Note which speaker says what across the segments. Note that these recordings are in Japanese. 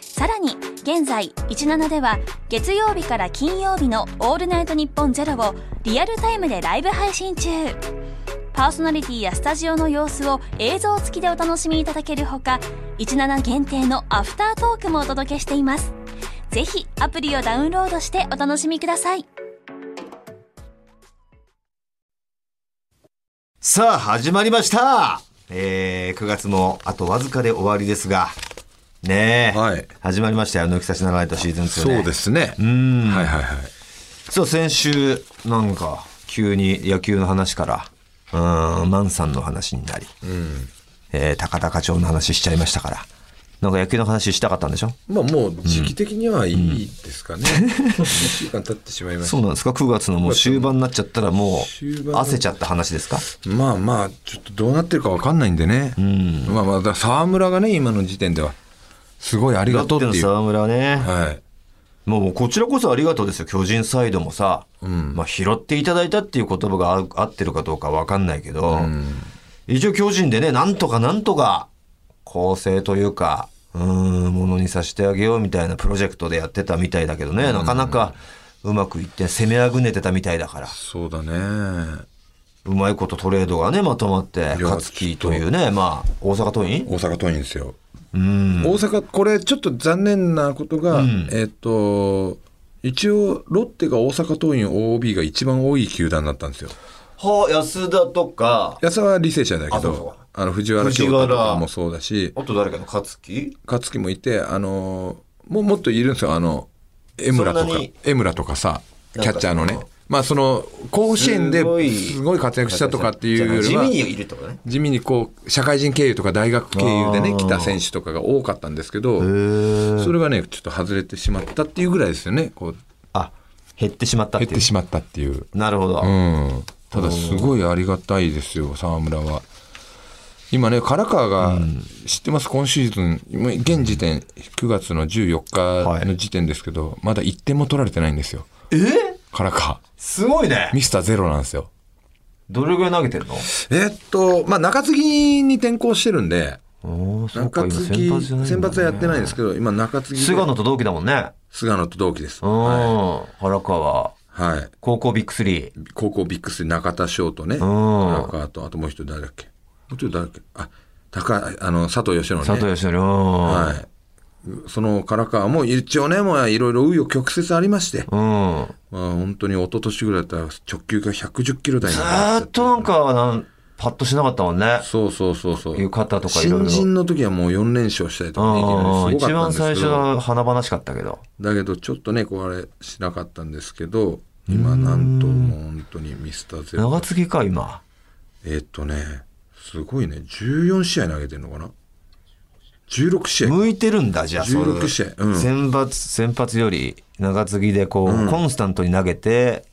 Speaker 1: さらに現在17では月曜日から金曜日の「オールナイトニッポンゼロをリアルタイムでライブ配信中パーソナリティやスタジオの様子を映像付きでお楽しみいただけるほか17限定のアフタートークもお届けしていますぜひアプリをダウンロードしてお楽しみください
Speaker 2: さあ、始まりましたえー、9月もあとわずかで終わりですが、ねえ、
Speaker 3: はい
Speaker 2: 始まりましたよ、抜き差しならないとシーズン2ね。
Speaker 3: そうですね。はいはいはい。
Speaker 2: そう、先週、なんか、急に野球の話から、うーん、マンさんの話になり、えー高田課長の話しちゃいましたから、なんか野球の話したかったんでしょ
Speaker 3: まあもう時期的にはいいですかね。1週 間経ってしまいまし
Speaker 2: そうなんですか ?9 月のもう終盤になっちゃったらも
Speaker 3: 終
Speaker 2: う、
Speaker 3: 盤
Speaker 2: 汗ちゃった話ですか
Speaker 3: た。まあまあ、ちょっとどうなってるかわかんないんでね。まあまあ、だから沢村がね、今の時点では、すごいあり
Speaker 2: ロ
Speaker 3: が
Speaker 2: ッ
Speaker 3: とう
Speaker 2: テ
Speaker 3: っ
Speaker 2: の
Speaker 3: ていう。
Speaker 2: 沢村ね、
Speaker 3: はい。
Speaker 2: もうもうこちらこそありがとうですよ。巨人サイドもさ、まあ拾っていただいたっていう言葉が合う合ってるかどうかわかんないけど、一応巨人でね、なんとかなんとか、構成というか、うーん、ものにさせてあげようみたいなプロジェクトでやってたみたいだけどね、なかなかうまくいって攻めあぐねてたみたいだから、
Speaker 3: そうだね。
Speaker 2: うまいことトレードがね、まとまって、
Speaker 3: いや
Speaker 2: 勝木というね、まあ、大阪桐蔭
Speaker 3: 大阪桐蔭ですよ。大阪、これちょっと残念なことが、えっと、一応、ロッテが大阪桐蔭 OB が一番多い球団だったんですよ。
Speaker 2: はあ、安田とか、
Speaker 3: 安田は履正社だ
Speaker 2: あ
Speaker 3: け
Speaker 2: そうそう
Speaker 3: ど、あの藤原京太とかもそうだし、
Speaker 2: あと誰かの勝木
Speaker 3: 勝木もいて、あのーもうもっといるんですよ、あの、江村と
Speaker 2: そんな
Speaker 3: か
Speaker 2: に、
Speaker 3: 江村とかさ、キ
Speaker 2: なんか
Speaker 3: ャッチャーの
Speaker 2: う
Speaker 3: ね
Speaker 2: ん。
Speaker 3: まあその、甲子園です
Speaker 2: ごい
Speaker 3: すごい活躍したとかっていうよりは、
Speaker 2: 地味にいるってことね。
Speaker 3: 地味にこう、社会人経由とか大学経由で
Speaker 2: あ
Speaker 3: ね、
Speaker 2: ー
Speaker 3: 来た選手とかが多かったんですけど、それがね、ちょっと外れてしまったっていうぐらいですよね、こう、
Speaker 2: あ、減ってしまったって
Speaker 3: 減
Speaker 2: い
Speaker 3: っ
Speaker 2: う。
Speaker 3: てしまったっていう。
Speaker 2: なるほど。
Speaker 3: うん。ただすごいありがたいですよ、沢村は。今ね、唐川が、知ってます、今シーズン、今現時点、9月の14日の時点ですけど、まだ1点も取られてないんですよ。
Speaker 2: え
Speaker 3: 唐川。
Speaker 2: すごいね。
Speaker 3: ミスターゼロなんですよ。
Speaker 2: どれぐらい投げてんの
Speaker 3: えーっと、まあ、中継ぎに転向してるんで、
Speaker 2: おーそうか、
Speaker 3: 中
Speaker 2: 今
Speaker 3: 継
Speaker 2: 先
Speaker 3: ぎ、
Speaker 2: 発じゃないん
Speaker 3: 先
Speaker 2: だ
Speaker 3: 発はやってないんですけど、今中継ぎで。
Speaker 2: 菅野と同期だもんね。
Speaker 3: 菅野と同期です。
Speaker 2: うん。
Speaker 3: は
Speaker 2: 原川、
Speaker 3: い。はい。
Speaker 2: 高校ビッグスリー。
Speaker 3: 高校ビッグス中田翔とね、
Speaker 2: ん
Speaker 3: 荒川と、あともう一人誰だっけもう一人誰だっけあ、高、あの、佐藤義郎ね。
Speaker 2: 佐藤義則。うん
Speaker 3: はい。その唐川も一応ね、もういろいろ紆余曲折ありまして、
Speaker 2: うん。
Speaker 3: まあ本当に一昨年ぐらいだったら直球が110キロ台に
Speaker 2: ずー
Speaker 3: なっちゃ
Speaker 2: っとなんか、なんパッとしなかったもんね。
Speaker 3: そうそうそうそう。
Speaker 2: いう方とかいろいろ
Speaker 3: 新人の時はもう4連勝したりと
Speaker 2: う
Speaker 3: かね、い
Speaker 2: ん一
Speaker 3: きなりすごかっ
Speaker 2: 番
Speaker 3: たん
Speaker 2: 最
Speaker 3: です
Speaker 2: 初
Speaker 3: けど、
Speaker 2: は華々しかったけど。
Speaker 3: だけどちょっとね、こうあれしなかったんですけど、今なんともう本当にミスターゼロ。
Speaker 2: 長継ぎか、今。
Speaker 3: えーっとね、すごいね、14試合投げてるのかな ?16 試合。
Speaker 2: 向いてるんだ、じゃあ、そういう
Speaker 3: 16試合うん
Speaker 2: 先発、先発より長継ぎで、こう、コンスタントに投げて、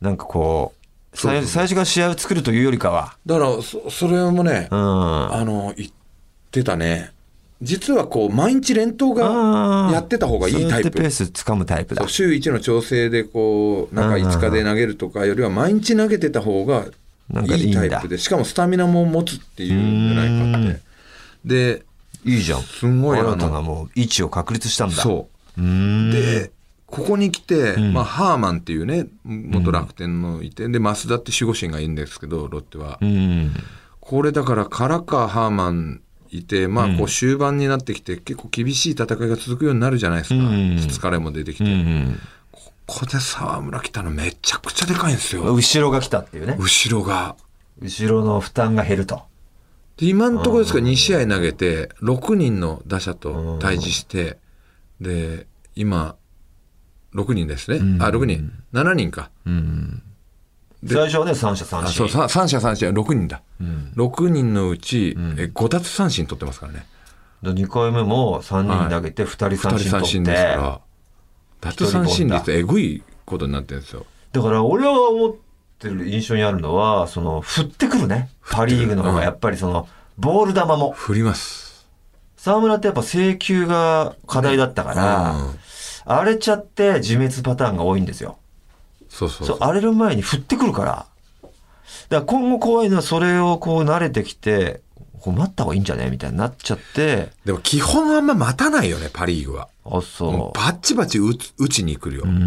Speaker 2: なんかこう、さい最初が試合を作るというよりかは、
Speaker 3: だから、そ、それもね、
Speaker 2: うん。
Speaker 3: あの、言ってたね。実はこう、毎日連投
Speaker 2: あ
Speaker 3: が
Speaker 2: ー
Speaker 3: やってた方がいい
Speaker 2: そうや
Speaker 3: タ
Speaker 2: って
Speaker 3: イ
Speaker 2: ペー
Speaker 3: プ。
Speaker 2: ス掴むタイプだ。
Speaker 3: 週1の調整でこう、なんか5日で投げるとかよりは、毎日投げてた方が
Speaker 2: なんかいい
Speaker 3: い
Speaker 2: ん
Speaker 3: い
Speaker 2: だ
Speaker 3: タイプで、しかもスタミナも持つっていうんじゃないかって。で、
Speaker 2: いいじゃん。
Speaker 3: すんごいあの
Speaker 2: 新たなもう位置を確立したんだ。
Speaker 3: そう。で、ここに来て、まあ、ハーマンっていうね、元楽天のいて、で、増田って守護神がいいんですけど、ロッテは。
Speaker 2: うん。
Speaker 3: これだから、カラカハーマンいて、まあ、こう終盤になってきて、結構厳しい戦いが続くようになるじゃないですか。
Speaker 2: ん
Speaker 3: 疲れも出てきて。
Speaker 2: うん。
Speaker 3: ここで沢村来たのめちゃくちゃでかいんですよ。
Speaker 2: 後ろが来たっていうね。
Speaker 3: 後ろが。
Speaker 2: 後ろの負担が減ると。
Speaker 3: で今のところですから2試合投げて、6人の打者と対峙して、で、今、6人ですね。あ、6人。7人か。
Speaker 2: 最初はね、三者三
Speaker 3: あそう、
Speaker 2: 振。
Speaker 3: さ三者三振、6人だ。6人のうち、え5奪三振取ってますからね。
Speaker 2: で二回目も三人投げて二人
Speaker 3: 2
Speaker 2: 三
Speaker 3: 人
Speaker 2: 振
Speaker 3: 三
Speaker 2: 取
Speaker 3: 振
Speaker 2: っ
Speaker 3: ですか
Speaker 2: て。
Speaker 3: ら。奪三振率えぐいことになってるんですよ。
Speaker 2: だから俺は思ってる印象にあるのは、その、振ってくるね。パリーグの方が、やっぱりその、ボール球も。
Speaker 3: 振ります。
Speaker 2: 沢村ってやっぱ請求が課題だったから、
Speaker 3: うん
Speaker 2: 荒れちゃって自滅パターンが多いんですよ。
Speaker 3: そうそう
Speaker 2: そ
Speaker 3: そうう。、
Speaker 2: 荒れる前に振ってくるから。だから今後怖いのはそれをこう慣れてきて、こう待った方がいいんじゃねみたいになっちゃって、
Speaker 3: でも基本あんま待たないよね、パリーグは。
Speaker 2: あ、
Speaker 3: もう
Speaker 2: そう。
Speaker 3: バッチバチ打つ打ちに来るよ。
Speaker 2: うー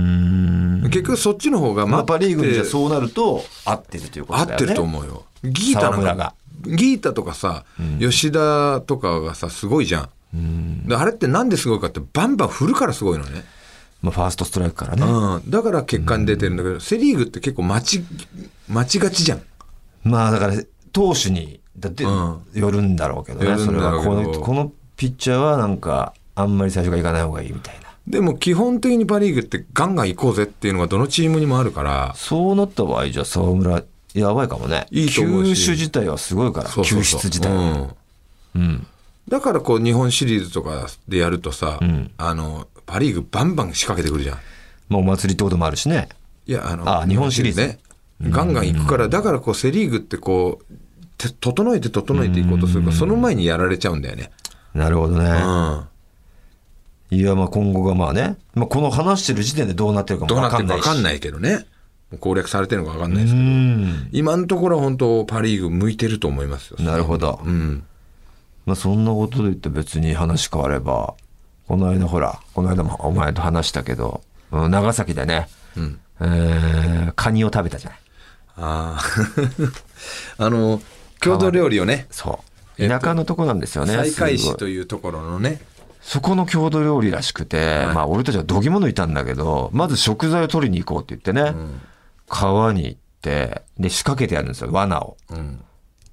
Speaker 2: ん。
Speaker 3: 結局そっちの方が
Speaker 2: ま
Speaker 3: 待
Speaker 2: あ、
Speaker 3: って
Speaker 2: パ・リーグにじゃそうなると合ってるということだ
Speaker 3: 合
Speaker 2: よ
Speaker 3: っ
Speaker 2: ね。
Speaker 3: てると思うよ。ギータなん
Speaker 2: 沢村
Speaker 3: か
Speaker 2: が
Speaker 3: ギータとかさ、吉田とかがさ、すごいじゃん。であれってなんですごいかって、バンバン振るからすごいのね。
Speaker 2: まあ、ファーストストライクからね。
Speaker 3: うん。だから結果に出てるんだけど、セ・リーグって結構待ち、待ちがちじゃん。
Speaker 2: まあだから投手にだって
Speaker 3: うん
Speaker 2: よるんだろうけどね、
Speaker 3: よるん
Speaker 2: そ
Speaker 3: だ
Speaker 2: れ
Speaker 3: ろ
Speaker 2: は
Speaker 3: うけ
Speaker 2: こ
Speaker 3: ど
Speaker 2: のこのピッチャーはなんかあんまり最初からいかない方がいいみたいな
Speaker 3: でも基本的にパ・リーグってガンガン行こうぜっていうのがどのチームにもあるから、
Speaker 2: そうなった場合じゃあ沢村やばいかもね
Speaker 3: いいと思うし
Speaker 2: 球種自体はすごいから
Speaker 3: そうそうそ
Speaker 2: 球
Speaker 3: う
Speaker 2: 質自体は、
Speaker 3: うんだからこう日本シリーズとかでやるとさ、
Speaker 2: ん
Speaker 3: あのパ・リーグバンバン仕掛けてくるじゃん
Speaker 2: まあ、お祭りってこともあるしね
Speaker 3: いやあの
Speaker 2: あ日本シリーズ
Speaker 3: ねガンガン行くからだからこうセ・リーグってこうて整えて整えていこうとするからその前にやられちゃうんだよね
Speaker 2: なるほどね、
Speaker 3: うん
Speaker 2: いやまあ今後がまあね、まあ、この話してる時点でどうなってるかも
Speaker 3: どうな
Speaker 2: 分
Speaker 3: って
Speaker 2: か
Speaker 3: る
Speaker 2: んない
Speaker 3: か分
Speaker 2: し
Speaker 3: かん
Speaker 2: い
Speaker 3: ないけどね攻略されてるのか分かんないです
Speaker 2: う
Speaker 3: けど
Speaker 2: ん
Speaker 3: 今のところは本当パ・リーグ向いてると思いますよ
Speaker 2: なるほど、
Speaker 3: うん
Speaker 2: まあ、そんなことで言って別に話変わればこの間ほらこの間もお前と話したけどうん長崎でね、えーカニを食べたじゃない
Speaker 3: あ ああの郷土料理をね
Speaker 2: そう田舎のとこなんですよね、
Speaker 3: 西海
Speaker 2: すご
Speaker 3: 市
Speaker 2: い
Speaker 3: というところのね
Speaker 2: そこの郷土料理らしくて、まあ俺たちはどぎも抜いたんだけどまず食材を取りに行こうって言ってね、川に行ってで仕掛けてやるんですよ罠を
Speaker 3: うん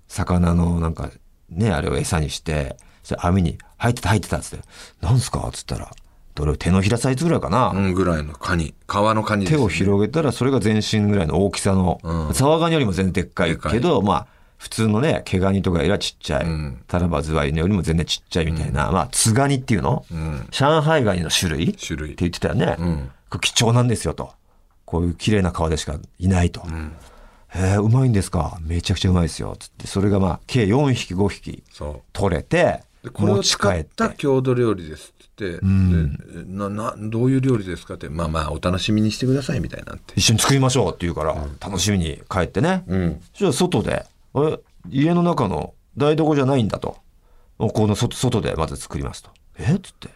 Speaker 2: 魚のなんかねあれを餌にしてそれ網に入ってた入ってたっつって「なんすか?」っつったらどれ手のひらサイズぐらいかな、
Speaker 3: うんぐらいのカニ皮のカニです
Speaker 2: 手
Speaker 3: ね
Speaker 2: を広げたらそれが全身ぐらいの大きさの、
Speaker 3: うん
Speaker 2: 沢ガニよりも全然でっかいけどまあ普通のね毛ガニとかよりはちっちゃい、
Speaker 3: ん
Speaker 2: タラバズワイのよりも全然ちっちゃいみたいな、まあつガニっていうの、
Speaker 3: うん
Speaker 2: 上海ガニの種類って
Speaker 3: 種類
Speaker 2: 言ってたよね、
Speaker 3: うん
Speaker 2: これ貴重なんですよとこういう綺麗な川でしかいないと、へえうまいんですかめちゃくちゃうまいですよつってそれがまあ計4匹5匹
Speaker 3: そう
Speaker 2: 取れて
Speaker 3: でこれ
Speaker 2: 持
Speaker 3: を
Speaker 2: ち
Speaker 3: 使
Speaker 2: 帰
Speaker 3: っ
Speaker 2: って
Speaker 3: た郷土料理ですって言って、でななどういう料理ですかってまあまあお楽しみにしてくださいみたいなんて
Speaker 2: 一緒に作りましょうって言うから、楽しみに帰ってね、
Speaker 3: ん
Speaker 2: そしたら外で「え家の中の台所じゃないんだ」と「もうこの外外でまず作ります」と「えっ?」つって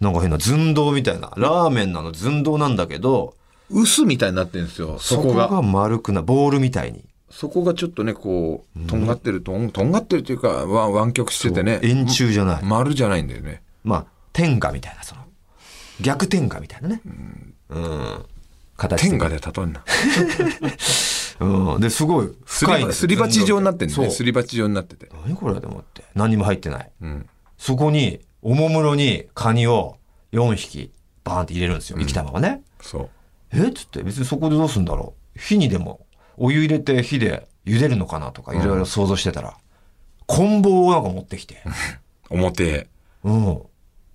Speaker 2: なんか変な寸胴みたいなラーメンなの寸胴なんだけど
Speaker 3: 薄みたいになってるんですよ
Speaker 2: そ
Speaker 3: そこ
Speaker 2: こ
Speaker 3: が
Speaker 2: が丸くなボールみたいに
Speaker 3: そこがちょっとねこうとんがってるとんとんがってるというかわ湾曲しててね
Speaker 2: 円柱じゃない、
Speaker 3: 丸じゃないんだよね
Speaker 2: まあ天下みたいなその逆天下みたいなねうん、形的に
Speaker 3: 天下で例えんな
Speaker 2: うん、ですごい
Speaker 3: す
Speaker 2: 深いん
Speaker 3: り
Speaker 2: です
Speaker 3: すり鉢状になってる
Speaker 2: そう
Speaker 3: ねすり鉢状になってて
Speaker 2: 何これと思って何も入ってない、
Speaker 3: ん
Speaker 2: そこにおもむろにカニを4匹バーンって入れるんですよ生きたままね、
Speaker 3: そう
Speaker 2: えっつって別にそこでどうすんだろう火にでもお湯入れて火で茹でるのかなとかいろいろ想像してたら、棍棒をなんか持ってきて
Speaker 3: 表へ
Speaker 2: うん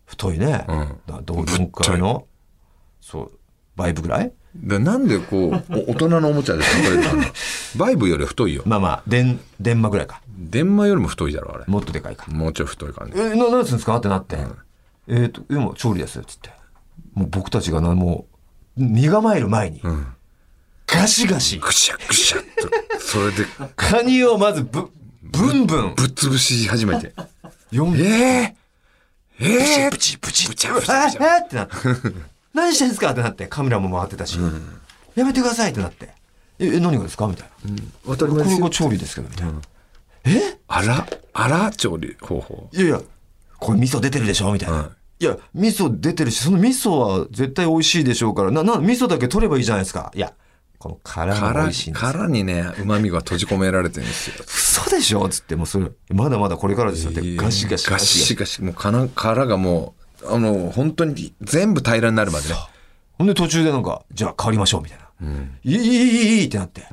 Speaker 2: 太いね、
Speaker 3: うん
Speaker 2: だどうどんくらいのそうバイブぐらい
Speaker 3: でなんでこうお大人のおもちゃで例えるかなバイブより太いよ
Speaker 2: まあまあ電電マぐらいか
Speaker 3: 電話よりも太いだろあれ
Speaker 2: もっとでかいか
Speaker 3: もうちょい太い感じ
Speaker 2: え、な、なんすんですかってなって。えっ、と、でも調理ですよ、つって。もう僕たちがな、もう、身構える前に、
Speaker 3: ん
Speaker 2: ガシガシ、
Speaker 3: ぐしゃぐしゃっと、それで
Speaker 2: カニをまずぶ、ぶんぶん、
Speaker 3: ぶっ潰し始めて。
Speaker 2: 4
Speaker 3: ええええ
Speaker 2: プチプチ、
Speaker 3: ぶちゃぶち
Speaker 2: あ
Speaker 3: ゃ
Speaker 2: え
Speaker 3: ぶち
Speaker 2: ー
Speaker 3: ゃ
Speaker 2: ってなって。 何してんですかってなって、カメラも回ってたし、やめてくださいってなって。え、え何がですかみたいな。
Speaker 3: 当たり
Speaker 2: こ
Speaker 3: 前で
Speaker 2: れ
Speaker 3: す
Speaker 2: が
Speaker 3: よ。
Speaker 2: 調理ですけど、みたいな。
Speaker 3: あら、あら調理方法。
Speaker 2: いやいや、これ味噌出てるでしょみたいな。、
Speaker 3: はい
Speaker 2: や、味噌出てるし、その味噌は絶対美味しいでしょうから、な、な、味噌だけ取ればいいじゃないですか。いや、この殻が美
Speaker 3: 殻
Speaker 2: 味しいん、ですよ。
Speaker 3: 殻にね、旨味が閉じ込められてるんですよ。
Speaker 2: 嘘でしょつって、もうそれ、まだまだこれからですよって、ガシガシ
Speaker 3: ガシガシ。もう殻殻がもう、あの、本当に全部平らになるまでね。
Speaker 2: ほんで途中でなんか、じゃあ変わりましょう、みたいな。いい、いい、いい、いいってなって。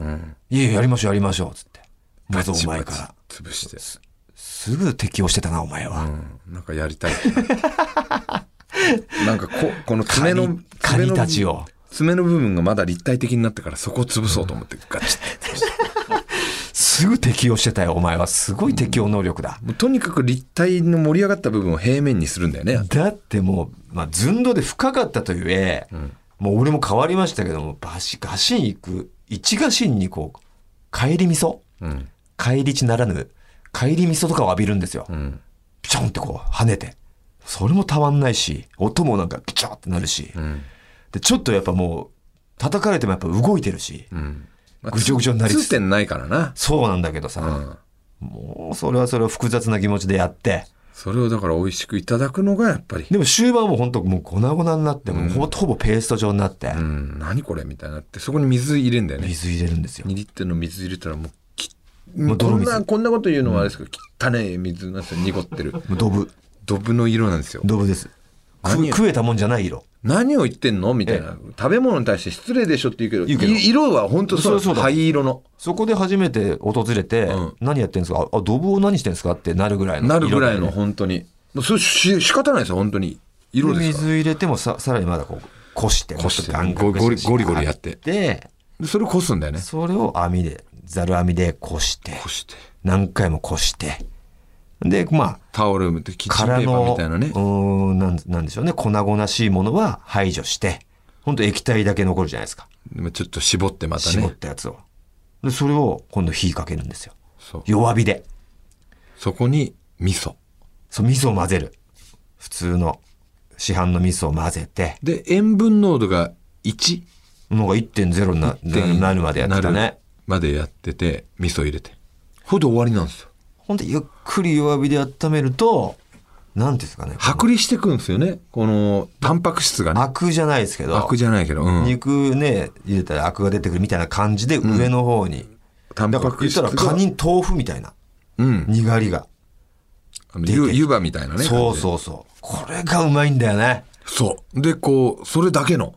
Speaker 2: いい、やりましょう、やりましょう、つって。まずお前
Speaker 3: バチ
Speaker 2: から
Speaker 3: バ。チ潰して。
Speaker 2: すぐ適応してたな、お前は。
Speaker 3: うんなんか やりたい。なんかこ、この爪
Speaker 2: カ
Speaker 3: の
Speaker 2: ニ、、カニ
Speaker 3: 爪の
Speaker 2: たちを。
Speaker 3: 爪の部分がまだ立体的になってからそこを潰そうと思ってガチッ
Speaker 2: すぐ適応してたよ、お前は。すごい適応能力だ。
Speaker 3: もうとにかく立体の盛り上がった部分を平面にするんだよね。
Speaker 2: だってもう、まあ、寸胴で深かったというえ、もう俺も変わりましたけども、バシ、ガシン行く、一ガシンにこう、帰り味噌、
Speaker 3: ん
Speaker 2: 帰り血ならぬ、帰り味噌とかを浴びるんですよ。
Speaker 3: ん
Speaker 2: ピチョンってこう、跳ねて。それもたまんないし、音もなんかピチョンってなるし、で、ちょっとやっぱもう、叩かれてもやっぱ動いてるし、
Speaker 3: まあ
Speaker 2: ぐちょぐちょになりつつ
Speaker 3: 通点ないからな。
Speaker 2: そうなんだけどさ、もうそれはそれを複雑な気持ちでやって、
Speaker 3: それをだから美味しくいただくのがやっぱり、
Speaker 2: でも終盤はもう本当もう粉々になって、もうほぼほぼペースト状になって、
Speaker 3: うん、何これみたいになって、そこに水入れんだよね。
Speaker 2: 水入れるんですよ。
Speaker 3: 2リットルの水入れたらもうき、
Speaker 2: もう
Speaker 3: こ
Speaker 2: 泥
Speaker 3: ん
Speaker 2: 水
Speaker 3: な、こんなこと言うのはあれですけど、汚い水なんですよ、濁ってる。
Speaker 2: もうドブ、
Speaker 3: ドブの色なんですよ。
Speaker 2: ドブです。食
Speaker 3: 何
Speaker 2: う
Speaker 3: よ
Speaker 2: 食えたもんじゃない色。
Speaker 3: 何を言ってんのみたいな。食べ物に対して失礼でしょって言うけど、
Speaker 2: 言うけど
Speaker 3: い色は本当そうなんです
Speaker 2: そりゃそう
Speaker 3: よ。
Speaker 2: だ
Speaker 3: 灰色の。
Speaker 2: そこで初めて訪れて、
Speaker 3: うん
Speaker 2: 何やってんですかあ、あドブを何してんですかってなるぐらいの。
Speaker 3: なるぐらいの、。本当に。もうそれし仕方ないですよ、本当に。色ですから
Speaker 2: 水入れてもさ、さらにまだこう、こして、
Speaker 3: こして
Speaker 2: もっとガンガン
Speaker 3: ゴリゴリゴリゴリやって
Speaker 2: で、
Speaker 3: でそれこすんだよね。
Speaker 2: それを網で、ざる網でこして、
Speaker 3: こして。
Speaker 2: 何回もこして、で、まあ、
Speaker 3: タオルでキッチンペ
Speaker 2: 殻
Speaker 3: ーパ
Speaker 2: の
Speaker 3: ーみたいなね
Speaker 2: う。ーんなんなんでしょうね粉々しいものは排除して本当液体だけ残るじゃないですか、
Speaker 3: でもちょっと絞ってまた
Speaker 2: 絞っ
Speaker 3: ね。
Speaker 2: たやつをでそれを今度火かけるんですよ
Speaker 3: そう
Speaker 2: 弱火で
Speaker 3: そこに味噌。
Speaker 2: そう味噌を混ぜる普通の市販の味噌を混ぜて
Speaker 3: で、塩分濃度が1
Speaker 2: のが1.0にな
Speaker 3: 点
Speaker 2: なるまでやってた
Speaker 3: なる
Speaker 2: ね
Speaker 3: までやってて、味噌入れて。ほいで終わりなんですよ。
Speaker 2: ほんとゆっくり弱火で温めると何ていうんですかね
Speaker 3: 剥離してくんですよね。この、タンパク質がね。
Speaker 2: アクじゃないですけど
Speaker 3: アクじゃないけど、うん。
Speaker 2: 肉ね入れたらアクが出てくるみたいな感じで上の方に、
Speaker 3: タン
Speaker 2: だか
Speaker 3: パ
Speaker 2: ら
Speaker 3: ク
Speaker 2: 言っ
Speaker 3: 質
Speaker 2: た
Speaker 3: が
Speaker 2: らカニ豆腐みたいな
Speaker 3: うん。
Speaker 2: にがりが
Speaker 3: あの
Speaker 2: 出てき
Speaker 3: 湯
Speaker 2: て
Speaker 3: 湯葉みたいなね。
Speaker 2: そう
Speaker 3: う。
Speaker 2: そうそう。これがうまいんだよね。
Speaker 3: そう。で、こう、それだけの。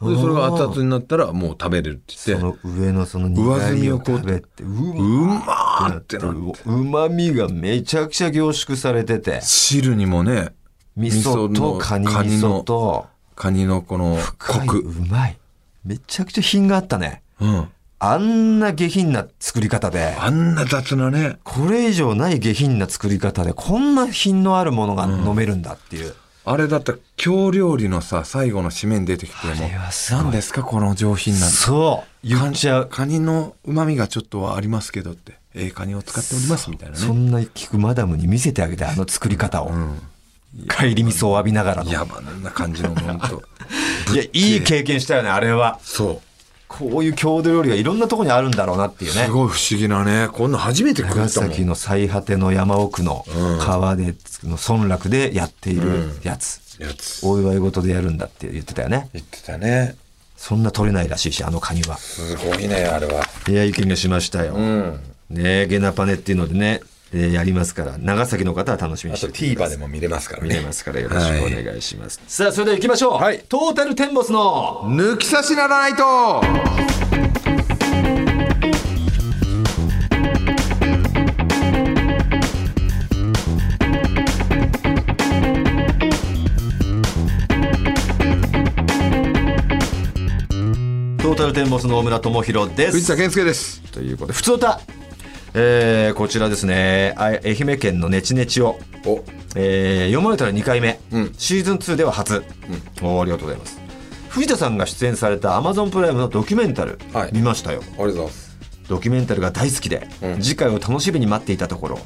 Speaker 3: で、それが熱々になったら、もう食べれるって
Speaker 2: そ
Speaker 3: 言って。
Speaker 2: の上のその苦味を食べて、う
Speaker 3: うまー
Speaker 2: ま
Speaker 3: ってなって。
Speaker 2: うまみがめちゃくちゃ凝縮されてて、
Speaker 3: 汁にもね、
Speaker 2: 味噌と
Speaker 3: の
Speaker 2: カニ味噌
Speaker 3: の、
Speaker 2: と、
Speaker 3: カニのこのコ
Speaker 2: 深いう
Speaker 3: ク。
Speaker 2: まい。めちゃくちゃ品があったね。
Speaker 3: うん。
Speaker 2: あんな下品な作り方で、
Speaker 3: あんな雑なね、
Speaker 2: これ以上ない下品な作り方で、こんな品のあるものが飲めるんだっていう。
Speaker 3: あれだったら京料理のさ、最後の締めに出てきても
Speaker 2: あれはすごい
Speaker 3: 何ですかこの上品な。
Speaker 2: そう言っちゃう。
Speaker 3: カニの旨味がちょっとはありますけどって、ええカニを使っておりますみたいな
Speaker 2: そ
Speaker 3: ね。
Speaker 2: んな聞くマダムに見せてあげて、あの作り方を。帰り味噌を浴びながらの。いや、
Speaker 3: やばな感じの、ほんと。
Speaker 2: いい経験したよね、あれは。
Speaker 3: そう。
Speaker 2: こういう郷土料理がいろんなとこにあるんだろうなっていうね
Speaker 3: す。ごい不思議なね。こんな初めて食
Speaker 2: 長
Speaker 3: ったもん。
Speaker 2: 崎の最果ての山奥の川で、の村落でやっているやつ。
Speaker 3: やつ。
Speaker 2: お祝い事でやるんだって言ってたよね。
Speaker 3: 言ってたね。
Speaker 2: そんな取れないらしいし、あのカニは。
Speaker 3: すごいね、あれは。
Speaker 2: いや、意見がしましたよ。ねえ、ゲナパネっていうのでね、えーやりますから、長崎の方は楽しみにしててください
Speaker 3: も見れますから
Speaker 2: 見れますからよろしくお願いします、さあそれでは行きましょう、
Speaker 3: はい
Speaker 2: トータルテンボスの
Speaker 3: 抜き差しならないと
Speaker 2: トータルテンボスの大村智弘で
Speaker 3: 藤
Speaker 2: す
Speaker 3: 田健介です。
Speaker 2: ということで普通歌、えー、こちらですねあ愛媛県のねちねちを、
Speaker 3: お、
Speaker 2: えー読まれたら2回目、
Speaker 3: うん
Speaker 2: シーズン2では初、おありがとうございます藤田さんが出演された Amazon プライムのドキュメンタル、
Speaker 3: はい
Speaker 2: 見ましたよ
Speaker 3: ありがとうございます。
Speaker 2: ドキュメンタルが大好きで、
Speaker 3: うん
Speaker 2: 次回を楽しみに待っていたところ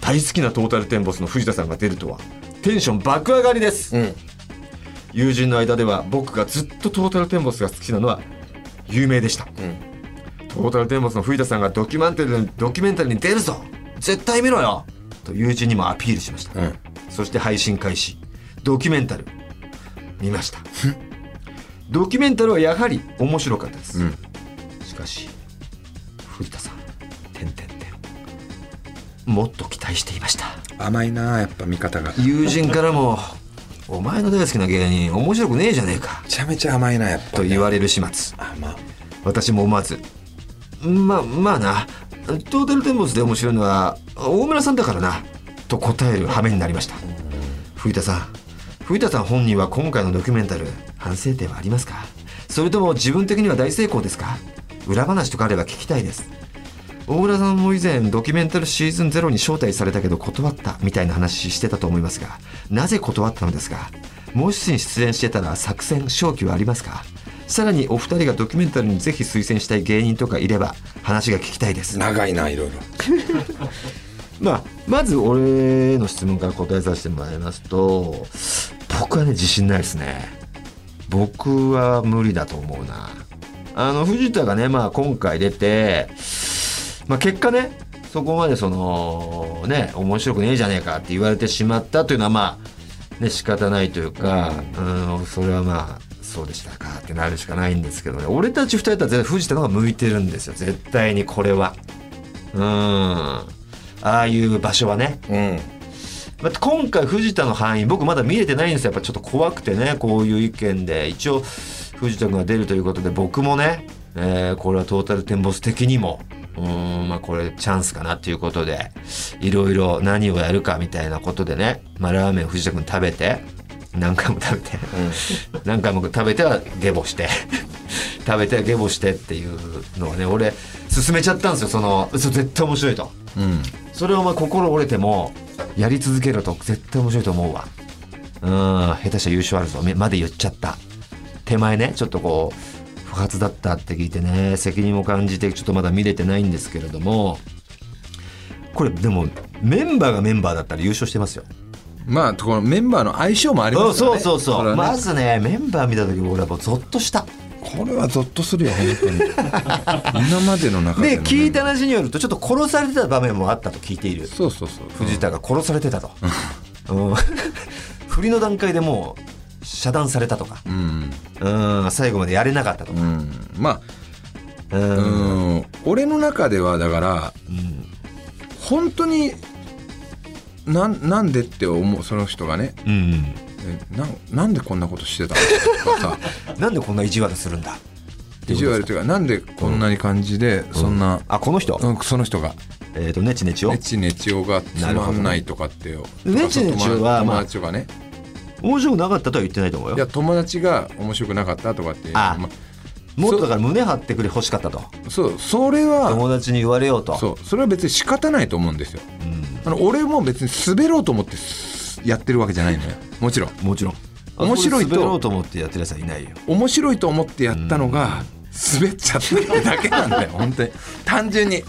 Speaker 2: 大好きなトータルテンボスの藤田さんが出るとはテンション爆上がりです、
Speaker 3: うん。
Speaker 2: 友人の間では僕がずっとトータルテンボスが好きなのは有名でした、トータルテンボスの藤田さんがドキュマンタリードキュメンタリーに出るぞ絶対見ろよと友人にもアピールしました、
Speaker 3: うん
Speaker 2: そして配信開始ドキュメンタル見ましたドキュメンタルはやはり面白かったです、
Speaker 3: うん
Speaker 2: しかし藤田さん点々点もっと期待していました
Speaker 3: 甘いなあやっぱ見方が。め
Speaker 2: 友人からも「お前の大好きな芸人面白くねえじゃねえか」
Speaker 3: ちゃめちゃ甘いなやっぱ。
Speaker 2: と言われる始末
Speaker 3: 甘。
Speaker 2: 私も思わず「まあまあなトータルテンボスで面白いのは大村さんだからな」と答える羽目になりました藤田さん藤田さん本人は今回のドキュメンタル反省点はありますかそれとも自分的には大成功ですか裏話とかあれば聞きたいです大村さんも以前ドキュメンタルシーズン0に招待されたけど断ったみたいな話してたと思いますがなぜ断ったのですかもし出演してたら作戦勝機はありますかさらにお二人がドキュメンタルにぜひ推薦したい芸人とかいれば話が聞きたいです
Speaker 3: 長いないろいろ
Speaker 2: まあまず俺の質問から答えさせてもらいますと僕はね自信ないですね僕は無理だと思うなあの藤田がねまあ今回出てまあ、結果ねそこまでそのね面白くねえじゃねえかって言われてしまったというのはまあね仕方ないというか、うん、それはまあそうでしたかってなるしかないんですけどね俺たち2人は絶対藤田の方が向いてるんですよ絶対にこれはうんああいう場所はね、うん、まあ、今回藤田の範囲僕まだ見れてないんですよやっぱちょっと怖くてねこういう意見で一応藤田君が出るということで僕もね、えー、これはトータルテンボス的にもうんまあこれチャンスかなということでいろいろ何をやるかみたいなことでね、まあ、ラーメン藤田君食べて何回も食べて、うん、何回も食べてはゲボして食べてはゲボしてっていうのはね俺勧めちゃったんですよそのそ絶対面白いと、うん、それをまあ心折れてもやり続けると絶対面白いと思うわうん下手したら優勝あるぞまで言っちゃった手前ねちょっとこう不発だったって聞いてね責任を感じてちょっとまだ見れてないんですけれどもこれでもメンバーがメンバーだったら優勝してますよ
Speaker 3: まあこのメンバーの相性もありますよね
Speaker 2: そうそうそう、ね、まずねメンバー見た時俺はもうゾッとした
Speaker 3: これはゾッとするよ本当に 今までの中
Speaker 2: で、ね、聞いた話によるとちょっと殺されてた場面もあったと聞いている
Speaker 3: そうそうそう、うん、
Speaker 2: 藤田が殺されてたと、うん、振りの段階でもう遮断されたとか、うん、うん最後までやれなかったとか、うん、
Speaker 3: まあうん俺の中ではだから、うん、本当にななんでって思うその人がね、うん、えななんでこんなことしてたのとか
Speaker 2: さなんでこんな意地悪するんだ
Speaker 3: 意地悪というかなんでこんなに感じで、そんな、
Speaker 2: あこの人、
Speaker 3: うん、その人が
Speaker 2: えっ、ー、とネチネチを
Speaker 3: ネチネチをがつまんないとかってよ、
Speaker 2: ね、ネチネチは
Speaker 3: 友達がね、まあ
Speaker 2: 面白くなかったとは言ってないと思うよ
Speaker 3: いや友達が面白くなかったとかって
Speaker 2: ああ、ま、もっとだから胸張ってくれ欲しかったと
Speaker 3: そうそれは
Speaker 2: 友達に言われようと
Speaker 3: そうそれは別に仕方ないと思うんですよ、うん、あの俺も別に滑ろうと思ってやってるわけじゃないのよもちろん
Speaker 2: もちろん
Speaker 3: 面白いと
Speaker 2: 滑ろうと思ってやってるやつはいないよ
Speaker 3: 面白いと思ってやったのが、滑っちゃってるだけなん だよ本当に単純に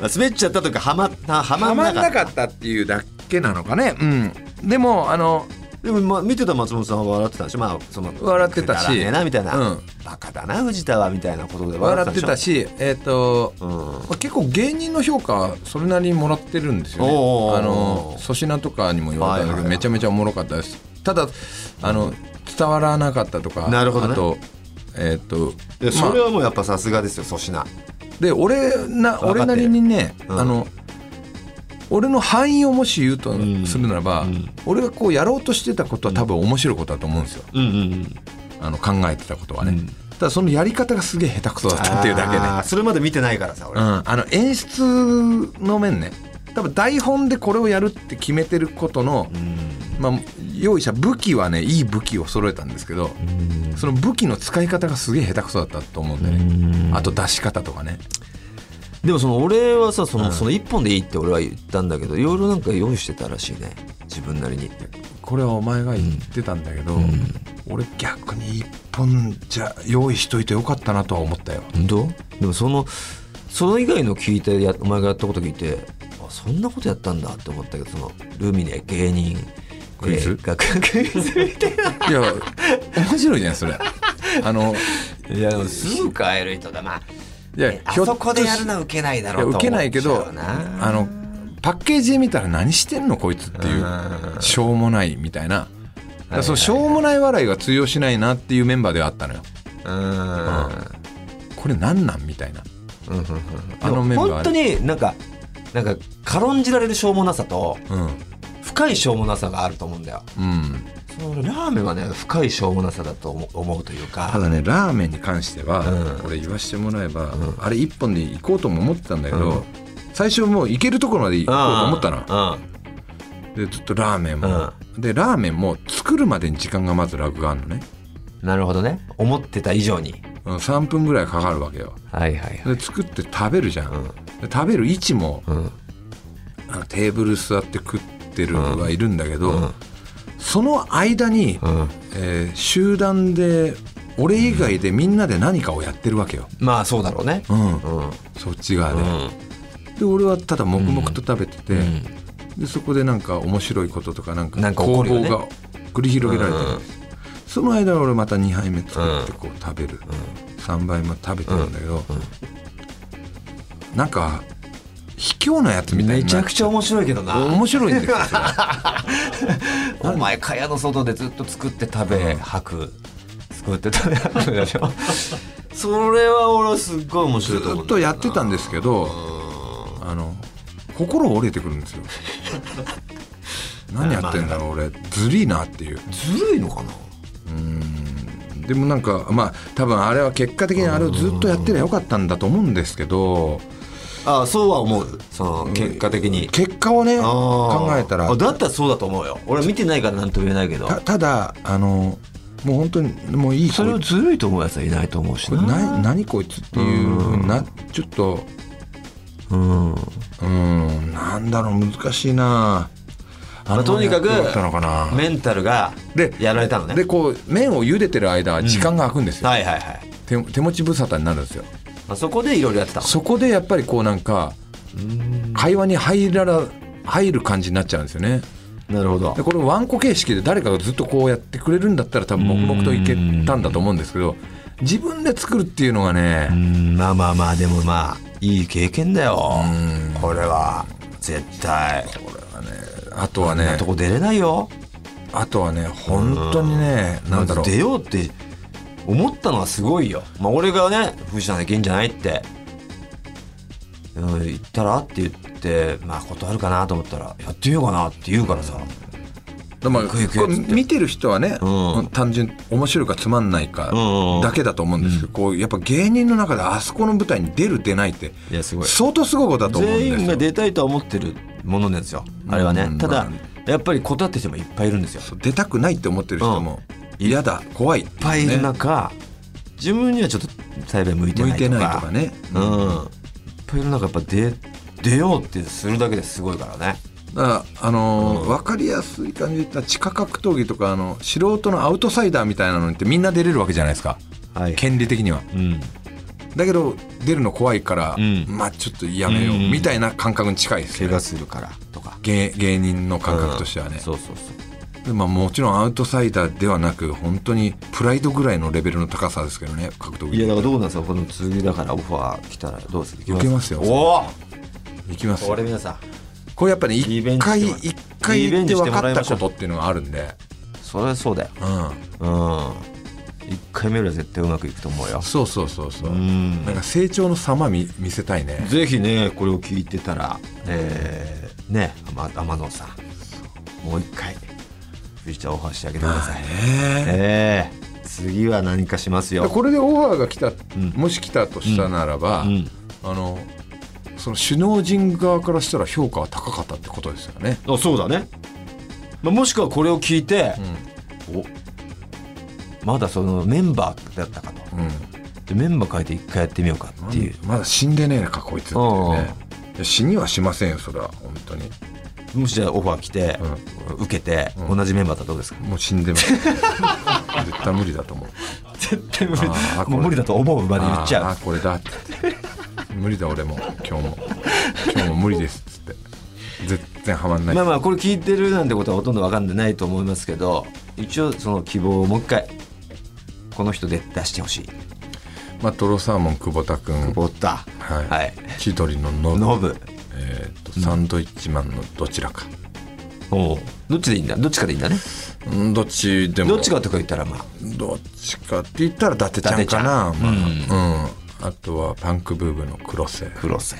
Speaker 2: 滑っちゃったとかはまは
Speaker 3: まんなかったっていうだけなのかねうんでもあの
Speaker 2: でも、まあ、見てた松本さんは笑ってたし、まあ、その
Speaker 3: 笑ってたし
Speaker 2: ねえなみたいな、うん、バカだな藤田はみたいなことで
Speaker 3: 笑ってたしえっ、ー、と、うんまあ、結構芸人の評価それなりにもらってるんですよねあの粗品とかにも言われたけど、めちゃめちゃおもろかったですただあの、うん、伝わらなかったとか
Speaker 2: なるほど、ね、
Speaker 3: あとえっ、ー、
Speaker 2: とそれはもうやっぱさすがですよ粗品
Speaker 3: で俺な俺なりにね、あの俺の範囲をもし言うとするならば、うん、俺がこうやろうとしてたことは多分面白いことだと思うんですよ、うんうん、あの考えてたことはね、ただそのやり方がすげえ下手くそだったっていうだけね
Speaker 2: それまで見てないからさ俺、
Speaker 3: あの演出の面ね多分台本でこれをやるって決めてることの、まあ、用意した武器はねいい武器を揃えたんですけど、その武器の使い方がすげえ下手くそだったと思うんだよね、あと出し方とかね
Speaker 2: でもその俺はさその,、その1本でいいって俺は言ったんだけどいろいろなんか用意してたらしいね自分なりに
Speaker 3: これはお前が言ってたんだけど、うん、俺逆に1本じゃ用意しといてよかったなとは思ったよ
Speaker 2: 本当でもそのその以外の聞いてやお前がやったこと聞いてあそんなことやったんだって思ったけどそのルミネ芸人
Speaker 3: クイズ
Speaker 2: 学クイズ みたいな
Speaker 3: いや面白いじゃんそれあの
Speaker 2: いやすぐ帰る人だな、まあ
Speaker 3: い や、
Speaker 2: あそこでやるのは受けないだろう
Speaker 3: と受けないけど、あの、パッケージで見たら何してんのこいつっていう、しょうもないみたいな。だそのしょうもない笑いが通用しないなっていうメンバーではあったのよ。うん、うん、これ何なんみたいな。
Speaker 2: うんうんうん、あのメンバー。本当になんか、なんか軽んじられるしょうもなさと、うん、深いしょうもなさがあると思うんだよ。うんラーメンはね深いしょうもなさだと思うというか
Speaker 3: ただねラーメンに関しては、うん、俺言わしてもらえば、うん、あれ一本で行こうとも思ってたんだけど、うん、最初もう行けるところまで行こうと思ったの、でずっとラーメンも、でラーメンも作るまでに時間がまずラグがあるのね
Speaker 2: なるほどね思ってた以上に
Speaker 3: うん3分ぐらいかかるわけよ
Speaker 2: はいはいはい
Speaker 3: で作って食べるじゃん、で食べる位置も、
Speaker 2: ん
Speaker 3: あのテーブル座って食ってるはいるんだけど、その間
Speaker 2: ん
Speaker 3: に、えー集団で俺以外でみんなで何かをやってるわけよ、
Speaker 2: まあそうだろうね
Speaker 3: うん
Speaker 2: うん
Speaker 3: そっち側
Speaker 2: う
Speaker 3: で、
Speaker 2: ん
Speaker 3: で俺はただ黙々と食べてて、
Speaker 2: うん
Speaker 3: でそこでなんか面白いこととかなんか
Speaker 2: なんか起こ
Speaker 3: 攻
Speaker 2: るよ
Speaker 3: 防
Speaker 2: ね
Speaker 3: が繰り広げられてるんです、その間俺また2杯目作ってこう食べる、3杯目食べてるんだけど、なんか卑怯なやつみたいに
Speaker 2: め
Speaker 3: な
Speaker 2: ちゃくちゃ面白いけどな
Speaker 3: 面白いんですよそれ
Speaker 2: お前蚊帳の外でずっと作って食べ吐く作って食べ吐くでしょ それは俺はすっごい面白いと思 う
Speaker 3: ずっ
Speaker 2: んだ
Speaker 3: と
Speaker 2: よな
Speaker 3: やってたんですけどあの心折れてくるんで すよ何やってんだろう俺ずりーなっていう
Speaker 2: ずるいのかな
Speaker 3: でもなんかまあ多分あれは結果的にあれをずっとやってりゃよかったんだと思うんですけど
Speaker 2: ああそうは思うその結果的に
Speaker 3: 結果をね
Speaker 2: あー
Speaker 3: 考えたら
Speaker 2: あだったらそうだと思うよ俺見てないから何とも言えないけど
Speaker 3: たただあのもう本当にもういい
Speaker 2: それを
Speaker 3: こい
Speaker 2: ずるいと思うやつはいないと思うし
Speaker 3: これ
Speaker 2: な
Speaker 3: な何こいつっていうふうになちょっと
Speaker 2: うん
Speaker 3: うんなんだろう難しいなあ
Speaker 2: まあとにかく
Speaker 3: やってたのかな
Speaker 2: メンタルが
Speaker 3: で
Speaker 2: やられたのね
Speaker 3: でこう麺を茹でてる間時間が空くんですよ、
Speaker 2: はいはいはい
Speaker 3: 手手持ち無沙汰になるんですよ
Speaker 2: あそこでいろいろやってたの
Speaker 3: そこでやっぱりこうなんか会話に入らら入る感じになっちゃうんですよね
Speaker 2: なるほど
Speaker 3: でこれワンコ形式で誰かがずっとこうやってくれるんだったら多分黙々といけたんだと思うんですけど自分で作るっていうのがね、
Speaker 2: うんまあまあまあでもまあいい経験だよこれは絶対
Speaker 3: あとは
Speaker 2: こんな
Speaker 3: ね
Speaker 2: とこ出れないよ
Speaker 3: あとはね本当にねなんだ
Speaker 2: ま
Speaker 3: ろう
Speaker 2: ず出ようって思ったのはすごいよ、まあ、俺がね富士山いけんじゃないって、うん、言ったらって言ってまあ断るかなと思ったらやってみようかなって言うからさ
Speaker 3: でも
Speaker 2: 行く行く
Speaker 3: これ見てる人はね、
Speaker 2: うん
Speaker 3: 単純面白いかつまんないか
Speaker 2: うん
Speaker 3: だけだと思うんですけど、こうやっぱ芸人の中であそこの舞台に出る出ないって
Speaker 2: いやすごい
Speaker 3: 相当すごいことだと思うんですよ
Speaker 2: 全員が出たいとは思ってるものなんですよあれはね、
Speaker 3: うん
Speaker 2: ただ、
Speaker 3: ま
Speaker 2: やっぱり断ってる人もいっぱいいるんですよいっ
Speaker 3: 出たくないって思ってる人も嫌だ怖いってうね
Speaker 2: ぱいいる中、自分にはちょっと栽培向いて
Speaker 3: 向
Speaker 2: ないいと
Speaker 3: て
Speaker 2: か
Speaker 3: ないとかね、
Speaker 2: うん、いっぱいいる中やっぱ出出ようってするだけですごいからね
Speaker 3: だからあのー分かりやすい感じで言ったら地下格闘技とかあの素人のアウトサイダーみたいなのにってみんな出れるわけじゃないですか、
Speaker 2: はい
Speaker 3: 権利的には
Speaker 2: うん
Speaker 3: だけど出るの怖いから、
Speaker 2: うん
Speaker 3: まあちょっとやめよう
Speaker 2: うん
Speaker 3: みたいな感覚に近いです
Speaker 2: 怪
Speaker 3: よね
Speaker 2: 我するからとか
Speaker 3: 芸芸人の感覚としてはね、
Speaker 2: そうそうそう
Speaker 3: でまあ、もちろんアウトサイダーではなく本当にプライドぐらいのレベルの高さですけどね格闘技
Speaker 2: いやだからどうなんですかこの次だからオファー来たらどうする
Speaker 3: 受けますよ
Speaker 2: おお
Speaker 3: いきますよ
Speaker 2: これ皆さん
Speaker 3: これやっぱり
Speaker 2: リベン
Speaker 3: 一
Speaker 2: ジして
Speaker 3: 回
Speaker 2: もら
Speaker 3: 一回言って分かったことっていうのがあるんで、
Speaker 2: それはそうだよ
Speaker 3: うん、
Speaker 2: うん1回目よりは絶対うまくいくと思うよ
Speaker 3: そうそうそうそう、
Speaker 2: ん
Speaker 3: なんか成長の様見見せたいね
Speaker 2: ぜひねこれを聞いてたらえー、ね天天野さんもう一回藤田オファーしてあげてください
Speaker 3: ね
Speaker 2: ええ次は何かしますよ
Speaker 3: これでオファーが来た、
Speaker 2: ん
Speaker 3: もし来たとしたならば、
Speaker 2: うん
Speaker 3: あのその首脳陣側からしたら評価は高かったってことですよね
Speaker 2: あそうだね、まあ、もしくはこれを聞いて、おまだそのメンバーだったかと、
Speaker 3: うん
Speaker 2: でメンバー変えて一回やってみようかっていう、
Speaker 3: まだ死んでねえのかこいつっていう
Speaker 2: うん
Speaker 3: ねいや死にはしませんよそれは本当に
Speaker 2: もしじゃあオファー来て、受けて、同じメンバーだったらどう ですか
Speaker 3: もう死んでます絶対無理だと思う
Speaker 2: 絶対無理
Speaker 3: あー
Speaker 2: もう無理だと思うまで言っち
Speaker 3: あー
Speaker 2: ゃ
Speaker 3: あーこれだって無理だ俺も今日も今日も無理ですっつって絶対はまんな
Speaker 2: う
Speaker 3: い、
Speaker 2: まあまあこれ聞いてるなんてことはほとんど分かんでないと思いますけど一応その希望をもう一回この人で出してほしい
Speaker 3: まあ、トロサーモン久保田君
Speaker 2: ボッタ
Speaker 3: はい、
Speaker 2: はい
Speaker 3: 千鳥のノブ
Speaker 2: ノブ
Speaker 3: えー、とサンドイッチマンのどちらか、
Speaker 2: おうどっちでいいんだどっちかでいいんだね
Speaker 3: うん、どっちでも
Speaker 2: どっちかとか言ったらまあ
Speaker 3: どっちかって言ったら伊達ちゃんかなまあうんあとはパンクブーブーの黒瀬
Speaker 2: 黒瀬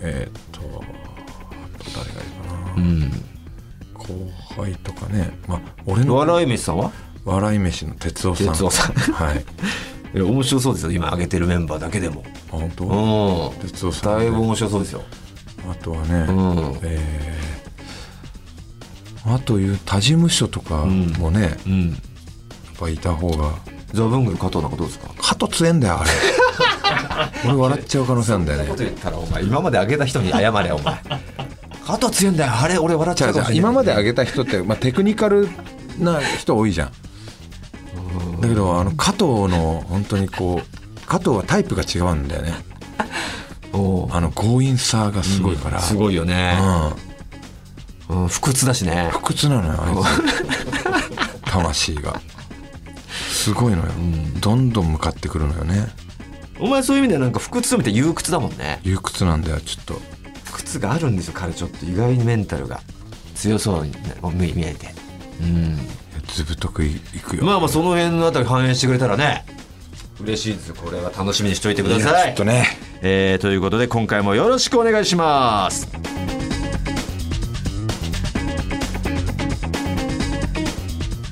Speaker 3: えっ、とあと誰がいるかな、
Speaker 2: ん
Speaker 3: 後輩とかねまあ俺の
Speaker 2: 笑い飯さんは
Speaker 3: 笑い飯の哲夫さん
Speaker 2: 哲夫さん
Speaker 3: はい
Speaker 2: いや面白そうですよ今上げてるメンバーだけでも
Speaker 3: あ本当、
Speaker 2: うん
Speaker 3: 哲夫さ
Speaker 2: だ
Speaker 3: んね、
Speaker 2: いぶ面白そうですよ
Speaker 3: あとはね、
Speaker 2: ん
Speaker 3: えーあという他事務所とかもね、
Speaker 2: うん
Speaker 3: ぱいた方が
Speaker 2: ザブングル加藤なんかどうですか
Speaker 3: 鳩強えん だよあれ俺笑っちゃう可能性あるんだよね
Speaker 2: こと言ったらお前今まであげた人に謝れお前加藤強いんだよあれ俺笑っちゃうかもしれない
Speaker 3: 今まで上げた人って、まあ、テクニカルな人多いじゃんだけどあの加藤の本当にこう加藤はタイプが違うんだよね
Speaker 2: おう
Speaker 3: あの強引さがすごいから、うん、
Speaker 2: すごいよね、うん、不屈だしね
Speaker 3: 不屈なのよあいつ魂がすごいのよ、どんどん向かってくるのよね
Speaker 2: お前そういう意味ではなんか不屈って憂屈だもんね
Speaker 3: 憂屈なんだよちょっと
Speaker 2: 不屈があるんですよ彼ちょっと意外にメンタルが強そうに見見えてうん
Speaker 3: ずぶとくいくよ、
Speaker 2: まあまあその辺のあたり反映してくれたらね嬉しいですこれは楽しみにしておいてくだ
Speaker 3: いや
Speaker 2: さ
Speaker 3: ち
Speaker 2: い
Speaker 3: ょっとね
Speaker 2: えーということで今回もよろしくお願いします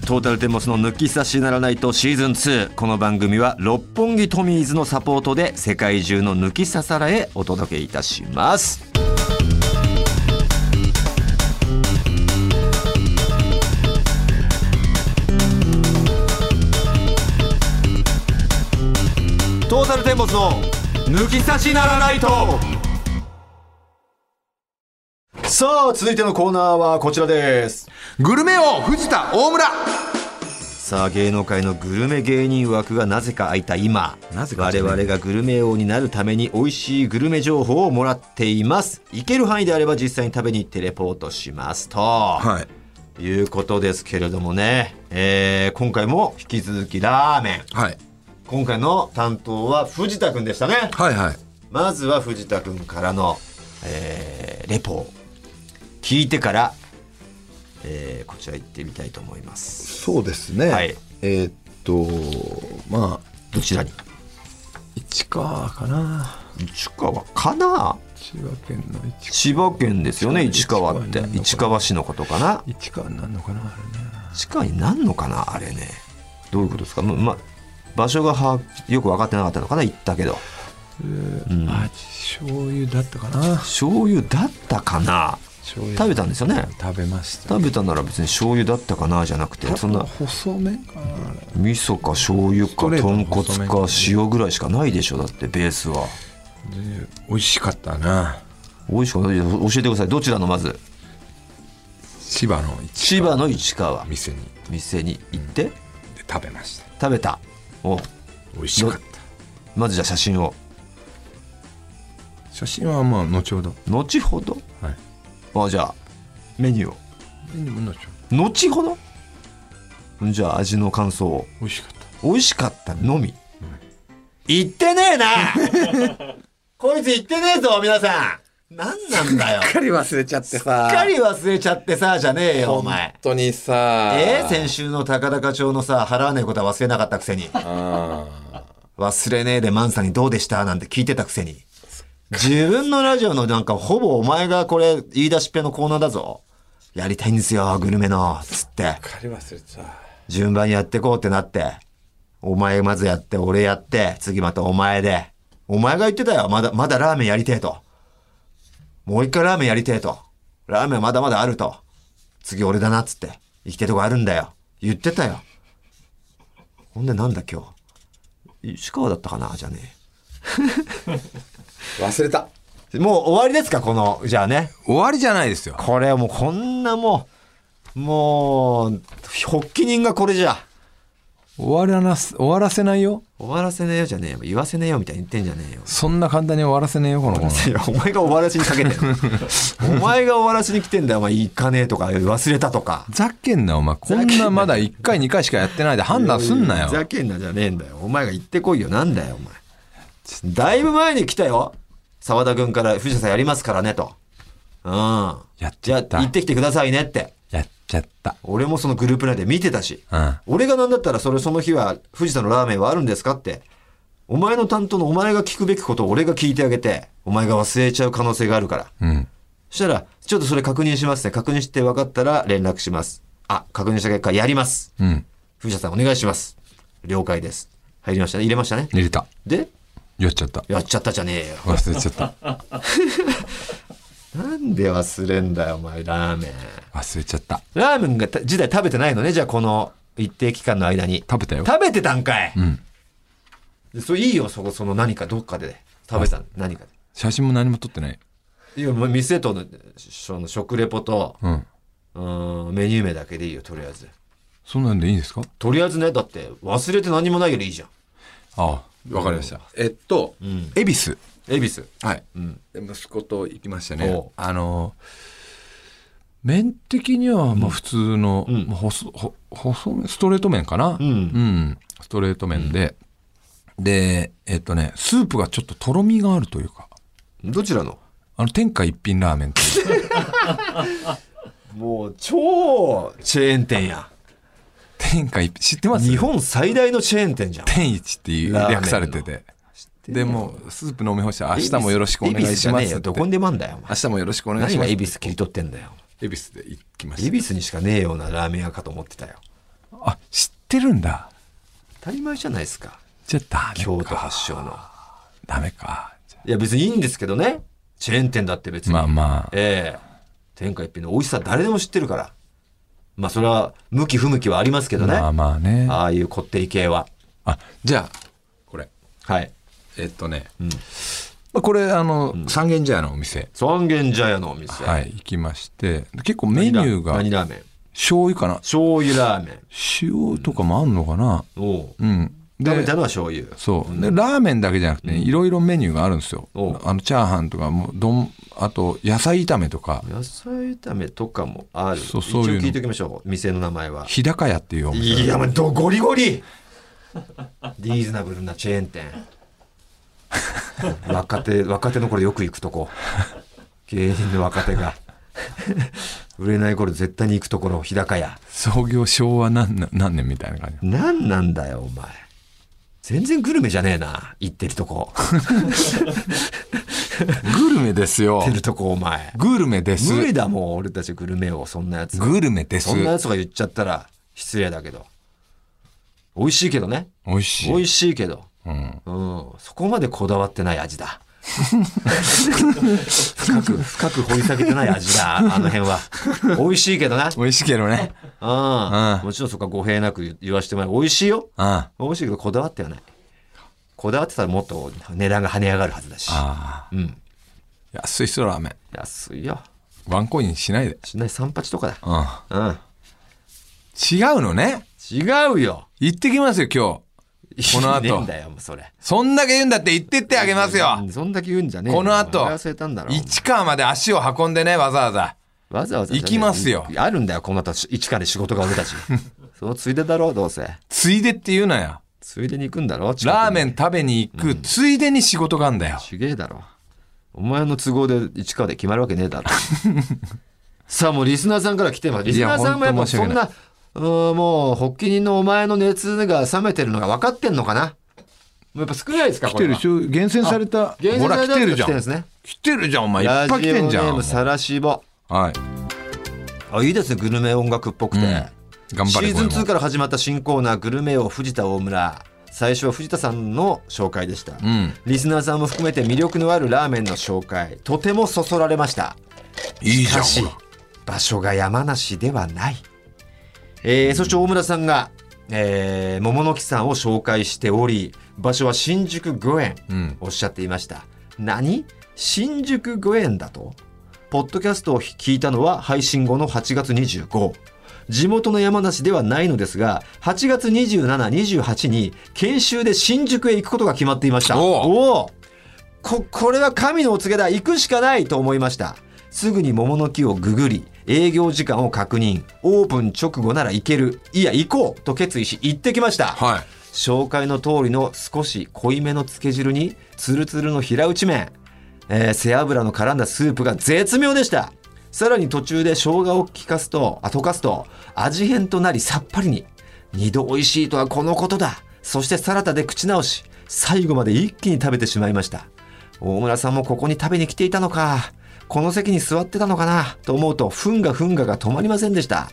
Speaker 2: トータルテンボスの抜き差しならないとシーズン2この番組は六本木トミーズのサポートで世界中の抜き差さらへお届けいたしますトータルテンボスの抜き差しならないとさあ続いてのコーナーはこちらです
Speaker 3: グルメ王藤田大村
Speaker 2: さあ芸能界のグルメ芸人枠がなぜか空いた今
Speaker 3: なぜか
Speaker 2: 我
Speaker 3: 空いたね
Speaker 2: 々がグルメ王になるために美味しいグルメ情報をもらっています行ける範囲であれば実際に食べに行ってレポートしますと、
Speaker 3: はい
Speaker 2: い、うことですけれどもね、えー今回も引き続きラーメン
Speaker 3: はい
Speaker 2: 今回の担当は藤田君でしたね
Speaker 3: はいはい
Speaker 2: まずは藤田君からの、えーレポを聞いてから、えーこちら行ってみたいと思います
Speaker 3: そうですね、
Speaker 2: はい
Speaker 3: えーっとまあ
Speaker 2: どちらに
Speaker 3: 市川かな
Speaker 2: 市川かな
Speaker 3: 千葉県の市
Speaker 2: 千葉県ですよね市
Speaker 3: 市
Speaker 2: 川
Speaker 3: 川
Speaker 2: って
Speaker 3: 市川
Speaker 2: 市川市
Speaker 3: になんのかな
Speaker 2: のことかな
Speaker 3: 市川になんのかなあれね
Speaker 2: 市川になんのかなあれねどういうことですかまま場所がはよく分かってなかったのかな行ったけど
Speaker 3: 味醤油だったかな
Speaker 2: 醤油だったかな
Speaker 3: 醤油
Speaker 2: 食べたんですよね
Speaker 3: 食べました
Speaker 2: 食べたなら別に醤油だったかなじゃなくてそんな
Speaker 3: 細麺かなあれ
Speaker 2: 味噌か醤油
Speaker 3: スト
Speaker 2: か
Speaker 3: レート
Speaker 2: 豚
Speaker 3: の
Speaker 2: 骨
Speaker 3: 細麺
Speaker 2: か塩ぐらいしかないでしょだってベースは
Speaker 3: で美味しかったな
Speaker 2: 美味しくない教えてくださいどちらのまず
Speaker 3: 千葉の市
Speaker 2: 千葉の市川
Speaker 3: 店に行
Speaker 2: 店に行って
Speaker 3: って食べました
Speaker 2: 食べたお
Speaker 3: 美味しかっ
Speaker 2: まずじゃあ写真を
Speaker 3: た写真はまあ後ほど
Speaker 2: 後ほど
Speaker 3: はい
Speaker 2: あじゃあメニューを
Speaker 3: でも後ほど
Speaker 2: 後ほどじゃあ味の感想を
Speaker 3: 美味しかった
Speaker 2: 美味しかったのみ言ってねえな こいつ言ってねえぞ皆さん何なんだよ
Speaker 3: すっかり忘れちゃってさ
Speaker 2: すっかり忘れちゃってさじゃねえよお前
Speaker 3: 本当にさ
Speaker 2: えー先週の高々町のさ払わねえことは忘れなかったくせに
Speaker 3: あ
Speaker 2: 忘れねえでマンさんにどうでしたなんて聞いてたくせに自分のラジオのなんかほぼお前がこれ言い出しっぺのコーナーだぞやりたいんですよグルメのつって
Speaker 3: ーすっかり忘れてた
Speaker 2: 順番にやってこうってなって、お前まずやって、俺やって、次またお前で。お前が言ってたよ。まだ、まだラーメンやりてえと。もう一回ラーメンやりてえと。ラーメンまだまだあると。次俺だなっつって。生きてるとこあるんだよ。言ってたよ。ほんでなんだ今日。石川だったかなじゃあね
Speaker 3: 忘れた
Speaker 2: え。もう終わりですかこの、じゃあね。
Speaker 3: 終わりじゃないですよ
Speaker 2: これもうこんなもう、もう、発起人がこれじゃ。
Speaker 3: 終わらなす終わらせないよ
Speaker 2: 終わらせねえよじゃねえよ。言わせねえよみたいに言ってんじゃねえよ。
Speaker 3: そんな簡単に終わらせねえよこの子
Speaker 2: いやお前が終わらしにかけてんの お前が終わらしに来てんだよお前行かねえとか忘れたとか
Speaker 3: ざけんなお前こんなまだ1回2回しかやってないで判断すんなよ
Speaker 2: ふざけんなじゃねえんだよお前が行ってこいよなんだよお前だいぶ前に来たよ澤田君から藤田さんやりますからねとうん
Speaker 3: やっ
Speaker 2: じ
Speaker 3: ち
Speaker 2: ゃ
Speaker 3: ゃ
Speaker 2: あ
Speaker 3: った
Speaker 2: 行ってきてくださいねって
Speaker 3: やっちゃった
Speaker 2: 俺もそのグループ内で見てたし、
Speaker 3: うん
Speaker 2: 俺がなんだったらそれその日は藤田のラーメンはあるんですかってお前の担当のお前が聞くべきことを俺が聞いてあげてお前が忘れちゃう可能性があるから
Speaker 3: うん
Speaker 2: そしたら、ちょっとそれ確認しますね。確認して分かったら連絡します。あ、確認した結果、やります。
Speaker 3: うん
Speaker 2: 藤田さん、お願いします。了解です。入りましたね。入れましたね。
Speaker 3: 入れた
Speaker 2: で、
Speaker 3: やっちゃった
Speaker 2: やっちゃったじゃねえよ。
Speaker 3: 忘れちゃった
Speaker 2: なんで忘れんだよ、お前、ラーメン。
Speaker 3: 忘れちゃった
Speaker 2: ラーメンがた時代食べてないのね。じゃあ、この一定期間の間に。
Speaker 3: 食べたよ
Speaker 2: 食べてたんかい、
Speaker 3: ん
Speaker 2: でそれいいよ、そこ、その何か、どっかで。食べた、何か
Speaker 3: 写真も何も撮ってない。
Speaker 2: で。いや、もう店との、その食レポと、
Speaker 3: うん。
Speaker 2: うーん、メニュー名だけでいいよ、とりあえず。
Speaker 3: そんなんでいいんですか
Speaker 2: とりあえずね、だって、忘れて何もないよりいいじゃん。
Speaker 3: ああ、わかりました。えっと、恵比寿。
Speaker 2: 恵比寿。
Speaker 3: はい。
Speaker 2: うん。
Speaker 3: で息子と行きました
Speaker 2: お
Speaker 3: ね
Speaker 2: う。
Speaker 3: あの、麺的には、まあ普通の、まあ細、ほ細麺、ストレート麺かな。うんストレート麺で。で、えっとね、スープがちょっととろみがあるというか、
Speaker 2: どちらの
Speaker 3: あの、天下一品ラーメンっていう
Speaker 2: もう、超チェーン店や。
Speaker 3: 天下一品、知ってます
Speaker 2: 日本最大のチェーン店じゃん。
Speaker 3: 天一っていう
Speaker 2: ラーメンの
Speaker 3: 略されてて。でもう、スープ飲み干して、明日もよろしくお願いし
Speaker 2: 恵比寿じゃ
Speaker 3: ま
Speaker 2: ねえ
Speaker 3: すっ
Speaker 2: よ
Speaker 3: て。
Speaker 2: どこにでもあんだよ、お前
Speaker 3: 明日もよろしくお願い
Speaker 2: 何
Speaker 3: しま
Speaker 2: が
Speaker 3: す。
Speaker 2: 恵比寿切り取ってんだよ。
Speaker 3: 恵比寿で行きま
Speaker 2: 恵
Speaker 3: し
Speaker 2: 比寿にしかねえようなラーメン屋かと思ってたよ。
Speaker 3: た。あ、知ってるんだ。
Speaker 2: 当たり前じゃないですか。
Speaker 3: じゃあダ
Speaker 2: 京
Speaker 3: メ
Speaker 2: 都
Speaker 3: か。
Speaker 2: 発祥の。
Speaker 3: ダメか。じゃ
Speaker 2: いや、別にいいんですけどね。チェーン店だって別
Speaker 3: あ
Speaker 2: に。
Speaker 3: まあまあ。
Speaker 2: ええ天下一品の美味しさ誰でも知ってるから。まあ、それは、向き不向きはありますけどね。
Speaker 3: まあまあね。
Speaker 2: ああいうこってり系は。
Speaker 3: あ、じゃあ、これ。
Speaker 2: はい。
Speaker 3: えっとね。まあこれ、あの、三軒茶屋のお店。
Speaker 2: 三軒茶屋のお店。
Speaker 3: はい、行きまして。結構メニューが、
Speaker 2: 何ラーメン
Speaker 3: 醤油かな。
Speaker 2: 醤油ラーメン。
Speaker 3: 塩とかもあんのかな。
Speaker 2: おう
Speaker 3: うん。
Speaker 2: 食べ
Speaker 3: で
Speaker 2: た、のは醤油。
Speaker 3: そう。で、ラーメンだけじゃなくてね、いろいろメニューがあるんですよ
Speaker 2: おう。
Speaker 3: あの、チャーハンとか、もうどん、あと、野菜炒めとか、
Speaker 2: 野菜炒めとかもある。
Speaker 3: そうそういうの
Speaker 2: 一応聞いておきましょう。店の名前は。
Speaker 3: 日高屋っていうお店。
Speaker 2: いや、もうどゴリゴリリーズナブルなチェーン店。 若手、若手の頃よく行くとこ。芸人の若手が。売れない頃絶対に行くところ、日高屋。
Speaker 3: 創業昭和何年何年みたいな感じ。
Speaker 2: なんなんだよ、お前。全然グルメじゃねえな。行ってるとこ。
Speaker 3: グルメですよ
Speaker 2: 行って。るとこ、お前。
Speaker 3: グルメです。
Speaker 2: 無理だもん、俺たちグルメを、そんなやつ。
Speaker 3: グルメです
Speaker 2: そ。んなやつが言っちゃったら、失礼だけど。美味しいけどね。
Speaker 3: 美味しい。
Speaker 2: 美味しいけど。
Speaker 3: うん。
Speaker 2: うん、そこまでこだわってない味 だ。深く、深く掘り下げてない味だ、あの辺は。美味しいけ どな。
Speaker 3: 美味しいけどね。
Speaker 2: うん。
Speaker 3: うん
Speaker 2: もちろんそこは語弊なく言わしてもらう。美味しいよ。
Speaker 3: うん。あ
Speaker 2: 美味しいけどこだわってはない。こだわってたらもっと値段が跳ね上がるはずだし。
Speaker 3: あ。
Speaker 2: うん。
Speaker 3: 安い人ラーメン。
Speaker 2: 安いよ。
Speaker 3: ワンコインしないで。
Speaker 2: しない三八とかだ。
Speaker 3: うん。
Speaker 2: うん。
Speaker 3: 違うのね。
Speaker 2: 違うよ。
Speaker 3: 行ってきますよ、今日。この後
Speaker 2: いいねんだよ、もうそれ。
Speaker 3: そんだけ言うんだって行ってってあげますよ
Speaker 2: う。んそんだけ言うんじゃねえよ
Speaker 3: この後
Speaker 2: お前忘れたんだろ。
Speaker 3: 市川まで足を運んでね、わざわざ。
Speaker 2: わざわざじゃねえ
Speaker 3: 行きますよ
Speaker 2: あるんだよ、この後、一から仕事が俺た ち。そのついでだろう、どうせ。
Speaker 3: ついでって言うなよ。
Speaker 2: ついでに行くんだろ
Speaker 3: ラーメ
Speaker 2: ン。
Speaker 3: ン食べに行く、ついでに仕事があんだよ。
Speaker 2: ちげえだろ。お前の都合で市川で決まるわけねえだろ。 さあ、もうリスナーさんから来てます。リスナーさんもやっ
Speaker 3: ほ
Speaker 2: ぱ
Speaker 3: んと申し
Speaker 2: そ
Speaker 3: 訳
Speaker 2: ん
Speaker 3: な
Speaker 2: な、うんもう、発起人のお前の熱が冷めてるのが分かってんのかなもうやっぱ少ないですか、これは。
Speaker 3: ょ。厳選された
Speaker 2: 厳選
Speaker 3: ほ
Speaker 2: さ
Speaker 3: ら、
Speaker 2: れ
Speaker 3: 来
Speaker 2: た
Speaker 3: て
Speaker 2: やつ
Speaker 3: る
Speaker 2: が
Speaker 3: じ
Speaker 2: 来
Speaker 3: ゃ
Speaker 2: てるんで
Speaker 3: ん
Speaker 2: す。ね。
Speaker 3: 来てるじゃん、お前。いっぱ
Speaker 2: ラ
Speaker 3: い
Speaker 2: ジオ
Speaker 3: 来
Speaker 2: ネ
Speaker 3: てんじゃ
Speaker 2: ー
Speaker 3: ん
Speaker 2: ム。さらしぼ。
Speaker 3: はい。
Speaker 2: あ、いいですね、グルメ音楽っぽくて。
Speaker 3: 頑張れ。
Speaker 2: シーズン2
Speaker 3: か。
Speaker 2: から始まった新コーナー「グルメ王藤田大村」最初は藤田さんの紹介でした、
Speaker 3: うん。
Speaker 2: リスナーさんも含めて魅力のあるラーメンの紹介とてもそそられました
Speaker 3: いい
Speaker 2: し
Speaker 3: じゃ
Speaker 2: か
Speaker 3: ん、
Speaker 2: し
Speaker 3: ほら。
Speaker 2: 場所が山梨ではない、えーそして大村さんが、えー桃の木さんを紹介しており場所は新宿御苑、
Speaker 3: うん
Speaker 2: おっしゃっていました何新宿御苑だとポッドキャストを聞いたのは配信後の8月25地元の山梨ではないのですが8月2728に研修で新宿へ行くことが決まっていました
Speaker 3: おう
Speaker 2: おうここれは神のお告げだ行くしかないと思いましたすぐに桃の木をググり営業時間を確認オープン直後なら行けるいや行こうと決意し行ってきました
Speaker 3: はい。
Speaker 2: 紹介の通りの少し濃いめのつけ汁にツルツルの平打ち麺、えー背脂の絡んだスープが絶妙でしたさらに途中で生姜を効かすとあ溶かすと味変となりさっぱりに二度美味しいとはこのことだそしてサラダで口直し最後まで一気に食べてしまいました大村さんもここに食べに来ていたのかこの席に座ってたのかなと思うとふんがふんがが止まりませんでした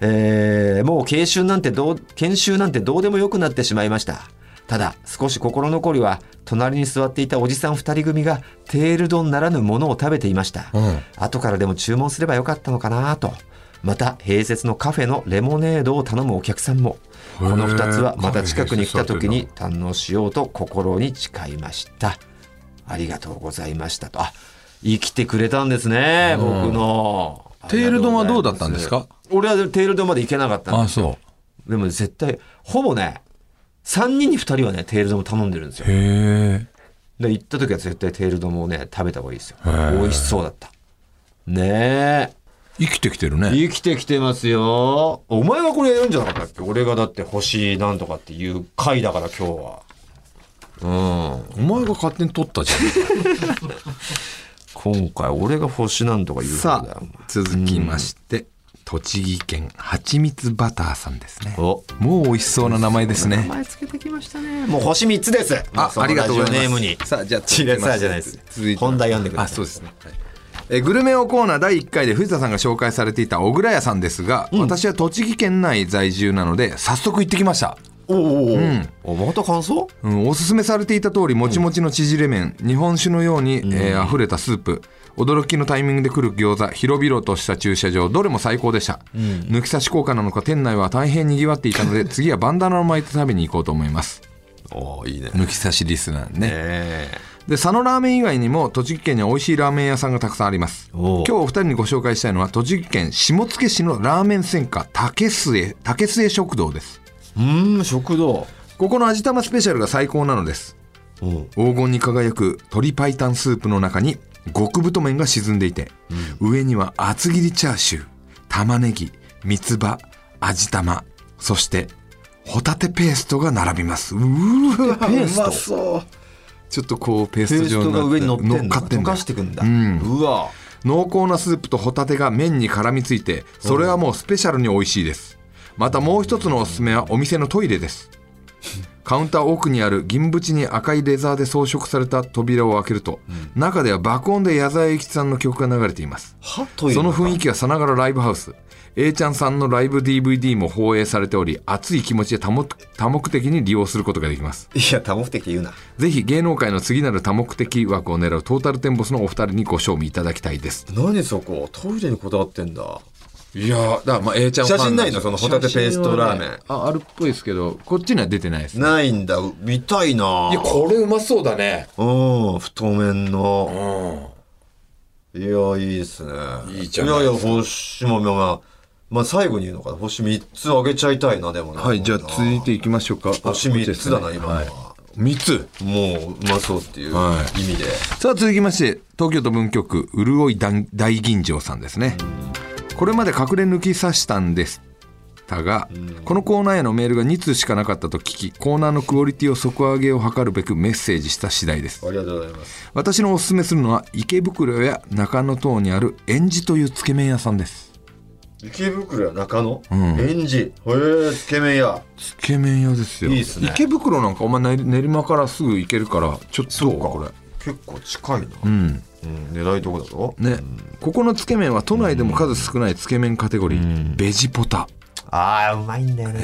Speaker 2: えーもう研修なんてどう、研修なんてどうでもよくなってしまいました。ただ、少し心残りは、隣に座っていたおじさん二人組が、テール丼ならぬものを食べていました。
Speaker 3: うん。
Speaker 2: 後からでも注文すればよかったのかなと。また併設のカフェのレモネードを頼むお客さんもこの2つはまた近くに来た時に堪能しようと心に誓いましたありがとうございましたとあ生きてくれたんですね、
Speaker 3: うん
Speaker 2: 僕の
Speaker 3: テール丼はどうだったんですか
Speaker 2: 俺はテール丼まで行けなかったん
Speaker 3: あ
Speaker 2: です
Speaker 3: そ
Speaker 2: でも絶対ほぼね3人に2人はねテール丼を頼んでるんですよ
Speaker 3: うへえ
Speaker 2: で行った時は絶対テール丼をね食べた方がいいですよ
Speaker 3: へー
Speaker 2: 美味しそうだったねえ
Speaker 3: 生きてきてるね
Speaker 2: 生きてきてますよお前がこれやるんじゃなかったっけ俺がだって星なんとかっていう回だから今日はうん
Speaker 3: お前が勝手に取ったじ
Speaker 2: 今回俺が星なんとか言
Speaker 3: ゃ
Speaker 2: うんん
Speaker 3: さ
Speaker 2: だ
Speaker 3: あ
Speaker 2: よ
Speaker 3: 続きまして、栃木県はちみつバターさんですね
Speaker 2: お
Speaker 3: もう美味しそうな名前ですね
Speaker 2: 前つけてきましたねもう星3つです
Speaker 3: あ、ありがとうござ
Speaker 2: ラ
Speaker 3: います。
Speaker 2: ジオネームに
Speaker 3: さあ、じゃあ、
Speaker 2: 違うさあじゃないです本題読んでください
Speaker 3: あ、そうですね。はいえーグルメオコーナー第1回で藤田さんが紹介されていた小倉屋さんですが、私は栃木県内在住なので早速行ってきました、
Speaker 2: おおおおまた感想
Speaker 3: うん、おすすめされていた通りもちもちの縮れ麺、日本酒のように、えー溢れたスープ驚きのタイミングで来る餃子広々とした駐車場どれも最高でした、抜き差し効果なのか店内は大変にぎわっていたので次はバンダナを巻いて食べに行こうと思 います
Speaker 2: おいいね
Speaker 3: 抜き差しリスナーね
Speaker 2: え
Speaker 3: で佐野ラーメン以外にも栃木県には美味しいラーメン屋さんがたくさんあります
Speaker 2: お
Speaker 3: 今
Speaker 2: う
Speaker 3: 日お二人にご紹介したいのは栃木県下野市のラーメン専科竹末竹末食堂です
Speaker 2: うーん食堂
Speaker 3: ここの味玉スペシャルが最高なのです
Speaker 2: うん
Speaker 3: 黄金に輝く鶏白湯スープの中に極太麺が沈んでいて、上には厚切りチャーシュー玉ねぎ三つ葉味玉そしてホタテペーストが並びますうわペ
Speaker 2: ースト
Speaker 3: そうちょっとこうペ
Speaker 2: ペ
Speaker 3: ースト
Speaker 2: ー
Speaker 3: 状
Speaker 2: ス
Speaker 3: に
Speaker 2: トが
Speaker 3: なって
Speaker 2: 上に乗ってんの
Speaker 3: 乗っかってん
Speaker 2: 溶
Speaker 3: だ
Speaker 2: か
Speaker 3: よ
Speaker 2: してくんだ
Speaker 3: ん
Speaker 2: うわ
Speaker 3: 濃厚なスープとホタテが麺に絡みついてそれはもうスペシャルに美味しいですまたもう一つのおすすめはお店のトイレですカウンター奥にある銀縁に赤いレザーで装飾された扉を開けると、中では爆音で矢沢永吉さんの曲が流れています
Speaker 2: はトイレ
Speaker 3: その雰囲気はさながらライブハウス A ちゃんさんのライブ DVD も放映されており熱い気持ちで多目多目的に利用することができます
Speaker 2: いや多目的で言うな
Speaker 3: ぜひ芸能界の次なる多目的枠を狙うトータルテンボスのお二人にご賞味いただきたいです
Speaker 2: 何そこトイレにこだわってんだ
Speaker 3: いやーだからまあ A ちゃんファン
Speaker 2: 写真ないの
Speaker 3: です
Speaker 2: そのホタテペーストラーメン
Speaker 3: 写真はねああるっぽいですけどこっちには出てないですね
Speaker 2: ないんだ見たいない
Speaker 3: やこれうまそうだね
Speaker 2: うん太麺
Speaker 3: う
Speaker 2: の
Speaker 3: ん
Speaker 2: いやいいですね
Speaker 3: いいじゃない
Speaker 2: やいや星もまあまあ最後に言うのかな星3つあげちゃいたいなでもな
Speaker 3: はいじゃあ
Speaker 2: こんな
Speaker 3: 続いていきましょうか
Speaker 2: 星3つだな
Speaker 3: あ
Speaker 2: 今のは、
Speaker 3: 3つ
Speaker 2: もううまそうっていう
Speaker 3: は
Speaker 2: 意味で、
Speaker 3: さあ続きまして東京都文京区潤い大大吟醸さんですねこれまで隠れ抜き差したんですたがこのコーナーへのメールが2通しかなかったと聞きコーナーのクオリティを底上げを図るべくメッセージした次第です
Speaker 2: ありがとうございます
Speaker 3: 私のおすすめするのは池袋や中野等にあるエンジというつけ麺屋さんです
Speaker 2: 池袋や中野、
Speaker 3: ん
Speaker 2: エンジへえつけ麺や
Speaker 3: つけ麺屋ですよ
Speaker 2: いいっすね
Speaker 3: 池袋なんかお前練練馬からすぐ行けるからちょっと
Speaker 2: そうか
Speaker 3: これ
Speaker 2: 結構近いな、
Speaker 3: うん
Speaker 2: うん、狙いとこだぞ
Speaker 3: ね、ここのつけ麺は都内でも数少ないつけ麺カテゴリー、ベジポタ、
Speaker 2: ああうまいんだよね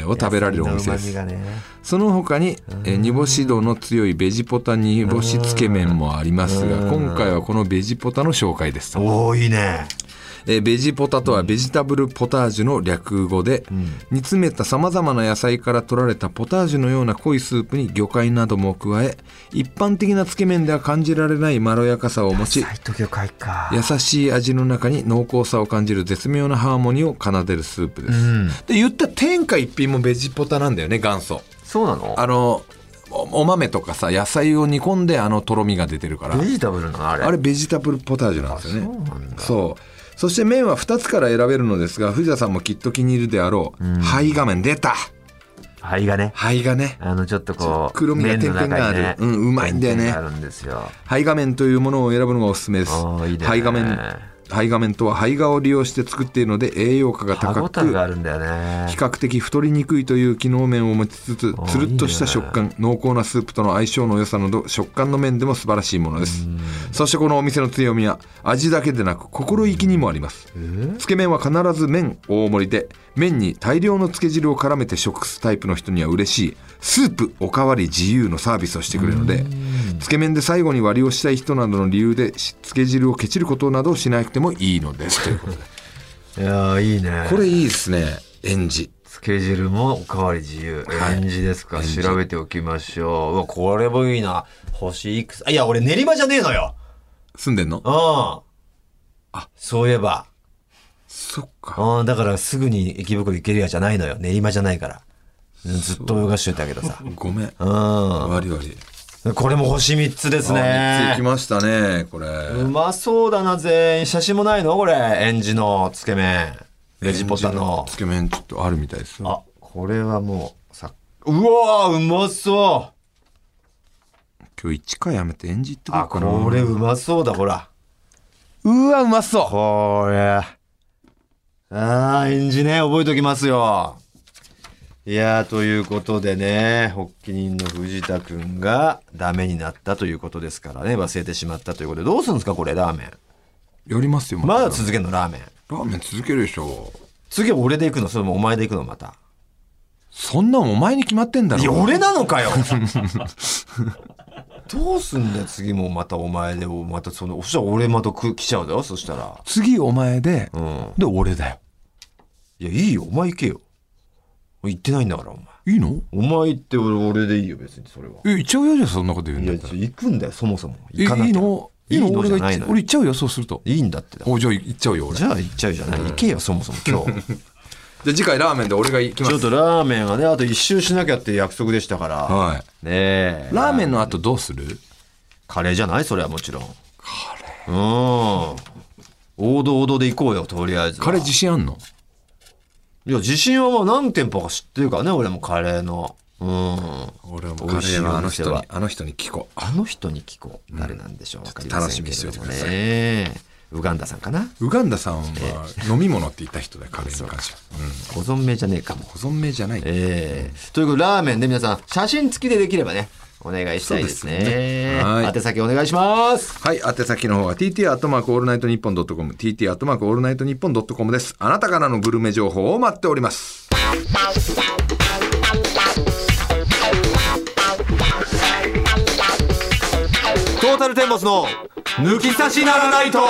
Speaker 3: えーを食べられるお店です
Speaker 2: 野菜の旨味がね
Speaker 3: その他に、えー煮干し度の強いベジポタ煮干しつけ麺もありますが今回はこのベジポタの紹介です
Speaker 2: おおいいね
Speaker 3: えーベジポタとはベジタブルポタージュの略語で、煮詰めたさまざまな野菜から取られたポタージュのような濃いスープに魚介なども加え一般的なつけ麺では感じられないまろやかさを持ち
Speaker 2: と魚介か
Speaker 3: 優しい味の中に濃厚さを感じる絶妙なハーモニーを奏でるスープです、で言った天下一品もベジポタなんだよね元祖
Speaker 2: そうなの
Speaker 3: あのおお豆とかさ野菜を煮込んであのとろみが出てるから
Speaker 2: ベジタブルなのあれ
Speaker 3: あれベジタブルポタージュなんですよねそうそして麺は2つから選べるのですが藤田さんもきっと気に入るであろう、灰画面出た
Speaker 2: 肺がね
Speaker 3: 灰がね
Speaker 2: あのちょっと
Speaker 3: ちょ
Speaker 2: こ
Speaker 3: っと
Speaker 2: う
Speaker 3: 黒みが
Speaker 2: 麺の中に
Speaker 3: 点々がある
Speaker 2: ね
Speaker 3: うんうまいんだよ
Speaker 2: 点
Speaker 3: ね
Speaker 2: 々があるんですよ
Speaker 3: 灰画面というものを選ぶのがおすすめです
Speaker 2: あーいいね
Speaker 3: 灰画面灰画面とは灰画を利用して作っているので栄養価が
Speaker 2: 歯
Speaker 3: 高
Speaker 2: ごたえ
Speaker 3: く
Speaker 2: があるんだよね
Speaker 3: 比較的太りにくいという機能面を持ちつつ
Speaker 2: ー
Speaker 3: つるっとした
Speaker 2: いいね
Speaker 3: 食感濃厚なスープとの相性の良さなど食感の面でも素晴らしいものですそしてこのお店の強みは味だけでなく心意気にもありますつけ麺は必ず麺大盛りで麺に大量のつけ汁を絡めて食すタイプの人には嬉しいスープおかわり自由のサービスをしてくれるのでつけ麺で最後に割りをしたい人などの理由でしつけ汁をケチることなどをしなくてもいいのですということで
Speaker 2: いやーいいね
Speaker 3: これいいですね演じ
Speaker 2: スケジュールもおかわり自由。演じですか、調べておきましょう。うわ、これもいいな。星いくつあ、いや、俺練馬じゃねえのよ。
Speaker 3: 住んでんの
Speaker 2: うん。あ、そういえば。
Speaker 3: そっか
Speaker 2: うん、だからすぐに池袋行けるやじゃないのよ。練馬じゃないから。うんずっと泳がしてたけどさ。
Speaker 3: ごめん
Speaker 2: う
Speaker 3: わりわり
Speaker 2: ん。これも星3つです
Speaker 3: 3ついき
Speaker 2: ね。
Speaker 3: ましたねこれ
Speaker 2: うまそうだな、全員。写真もないのこれ。エンジのつけ麺。レジポタの。
Speaker 3: つけ麺ちょっとあるみたいですよ
Speaker 2: あ、これはもう、さ、うわーうまそう
Speaker 3: 今日1回やめて演じってこ
Speaker 2: あ、
Speaker 3: うかな
Speaker 2: これうまそうだ、ほら。
Speaker 3: うわうまそ
Speaker 2: これ。ああ、演じね、覚えときますよ。いやー、ということでね、発起人の藤田くんがダメになったということですからね、忘れてしまったということで、どうするんですか、これ、ラーメン。
Speaker 3: うやりますよ
Speaker 2: まだ続けんの、ラーメン。
Speaker 3: ラーメン続けるでしょ
Speaker 2: 次は俺で行くの、それもお前で行くの、また。
Speaker 3: そんなんお前に決まってんだろ
Speaker 2: いや、俺なのかよ どうすんだよ、次もまたお前で、またその、そしたら俺また来来ちゃうだろ、そしたら。
Speaker 3: 次お前で、
Speaker 2: ん
Speaker 3: で俺だよ
Speaker 2: いや、いいよ、お前行けよ。行ってないんだから、お前。
Speaker 3: いいの
Speaker 2: お前って俺俺でいいよ別にそれは。
Speaker 3: え行っちゃうよじゃあそんなこと言うん
Speaker 2: い
Speaker 3: だ
Speaker 2: や
Speaker 3: ったら
Speaker 2: 行くんだよそもそも。
Speaker 3: えい
Speaker 2: 行かなきゃ
Speaker 3: いのいいの
Speaker 2: いいの
Speaker 3: 俺
Speaker 2: じ
Speaker 3: が
Speaker 2: ゃない
Speaker 3: 行っち
Speaker 2: のよ
Speaker 3: 俺行っちゃうよそうすると
Speaker 2: いいんだってだ。
Speaker 3: おじゃあ行っちゃうよ俺
Speaker 2: じゃあ行っちゃうじゃない。行けよそもそも今 日。
Speaker 3: じゃあ次回ラーメンで俺が行きま
Speaker 2: ちょ
Speaker 3: す
Speaker 2: っとラーメンはねあと一周しなきゃっていう約束でしたから。。
Speaker 3: はい
Speaker 2: ねえ。
Speaker 3: ラーメン
Speaker 2: の
Speaker 3: の後どうする
Speaker 2: カレーじゃないそれはもちろん。カレー。うん。王道王道で行こうよとりあえずは。
Speaker 3: カレー自信あんの
Speaker 2: いや自信はもう何店舗か知ってるからね俺もカレーの。うん。
Speaker 3: 俺はも
Speaker 2: うカレーはあの人に
Speaker 3: あの人に聞こ
Speaker 2: あの人に聞こう。誰なんでしょう。わかりませんけれども
Speaker 3: 楽しみにしておいてください
Speaker 2: ね。ウガンダさんかな。
Speaker 3: うウガンダさんは飲み物って言った人だよカレーに関してはう
Speaker 2: ご
Speaker 3: ん
Speaker 2: 存命じゃねえかも。
Speaker 3: 保存名じゃない
Speaker 2: ええということで、ラーメンで皆さん、写真付きでできればね、お願いしたいですね。
Speaker 3: そうですねはい
Speaker 2: 宛先お願いします。
Speaker 3: はい、宛先の方は tt アットマークオールナイトニッポンドットコム tt アットマークオールナイトニッポンドットコムです。あなたからのグルメ情報を待っております。
Speaker 2: トータルテンボスの、抜き差しならないと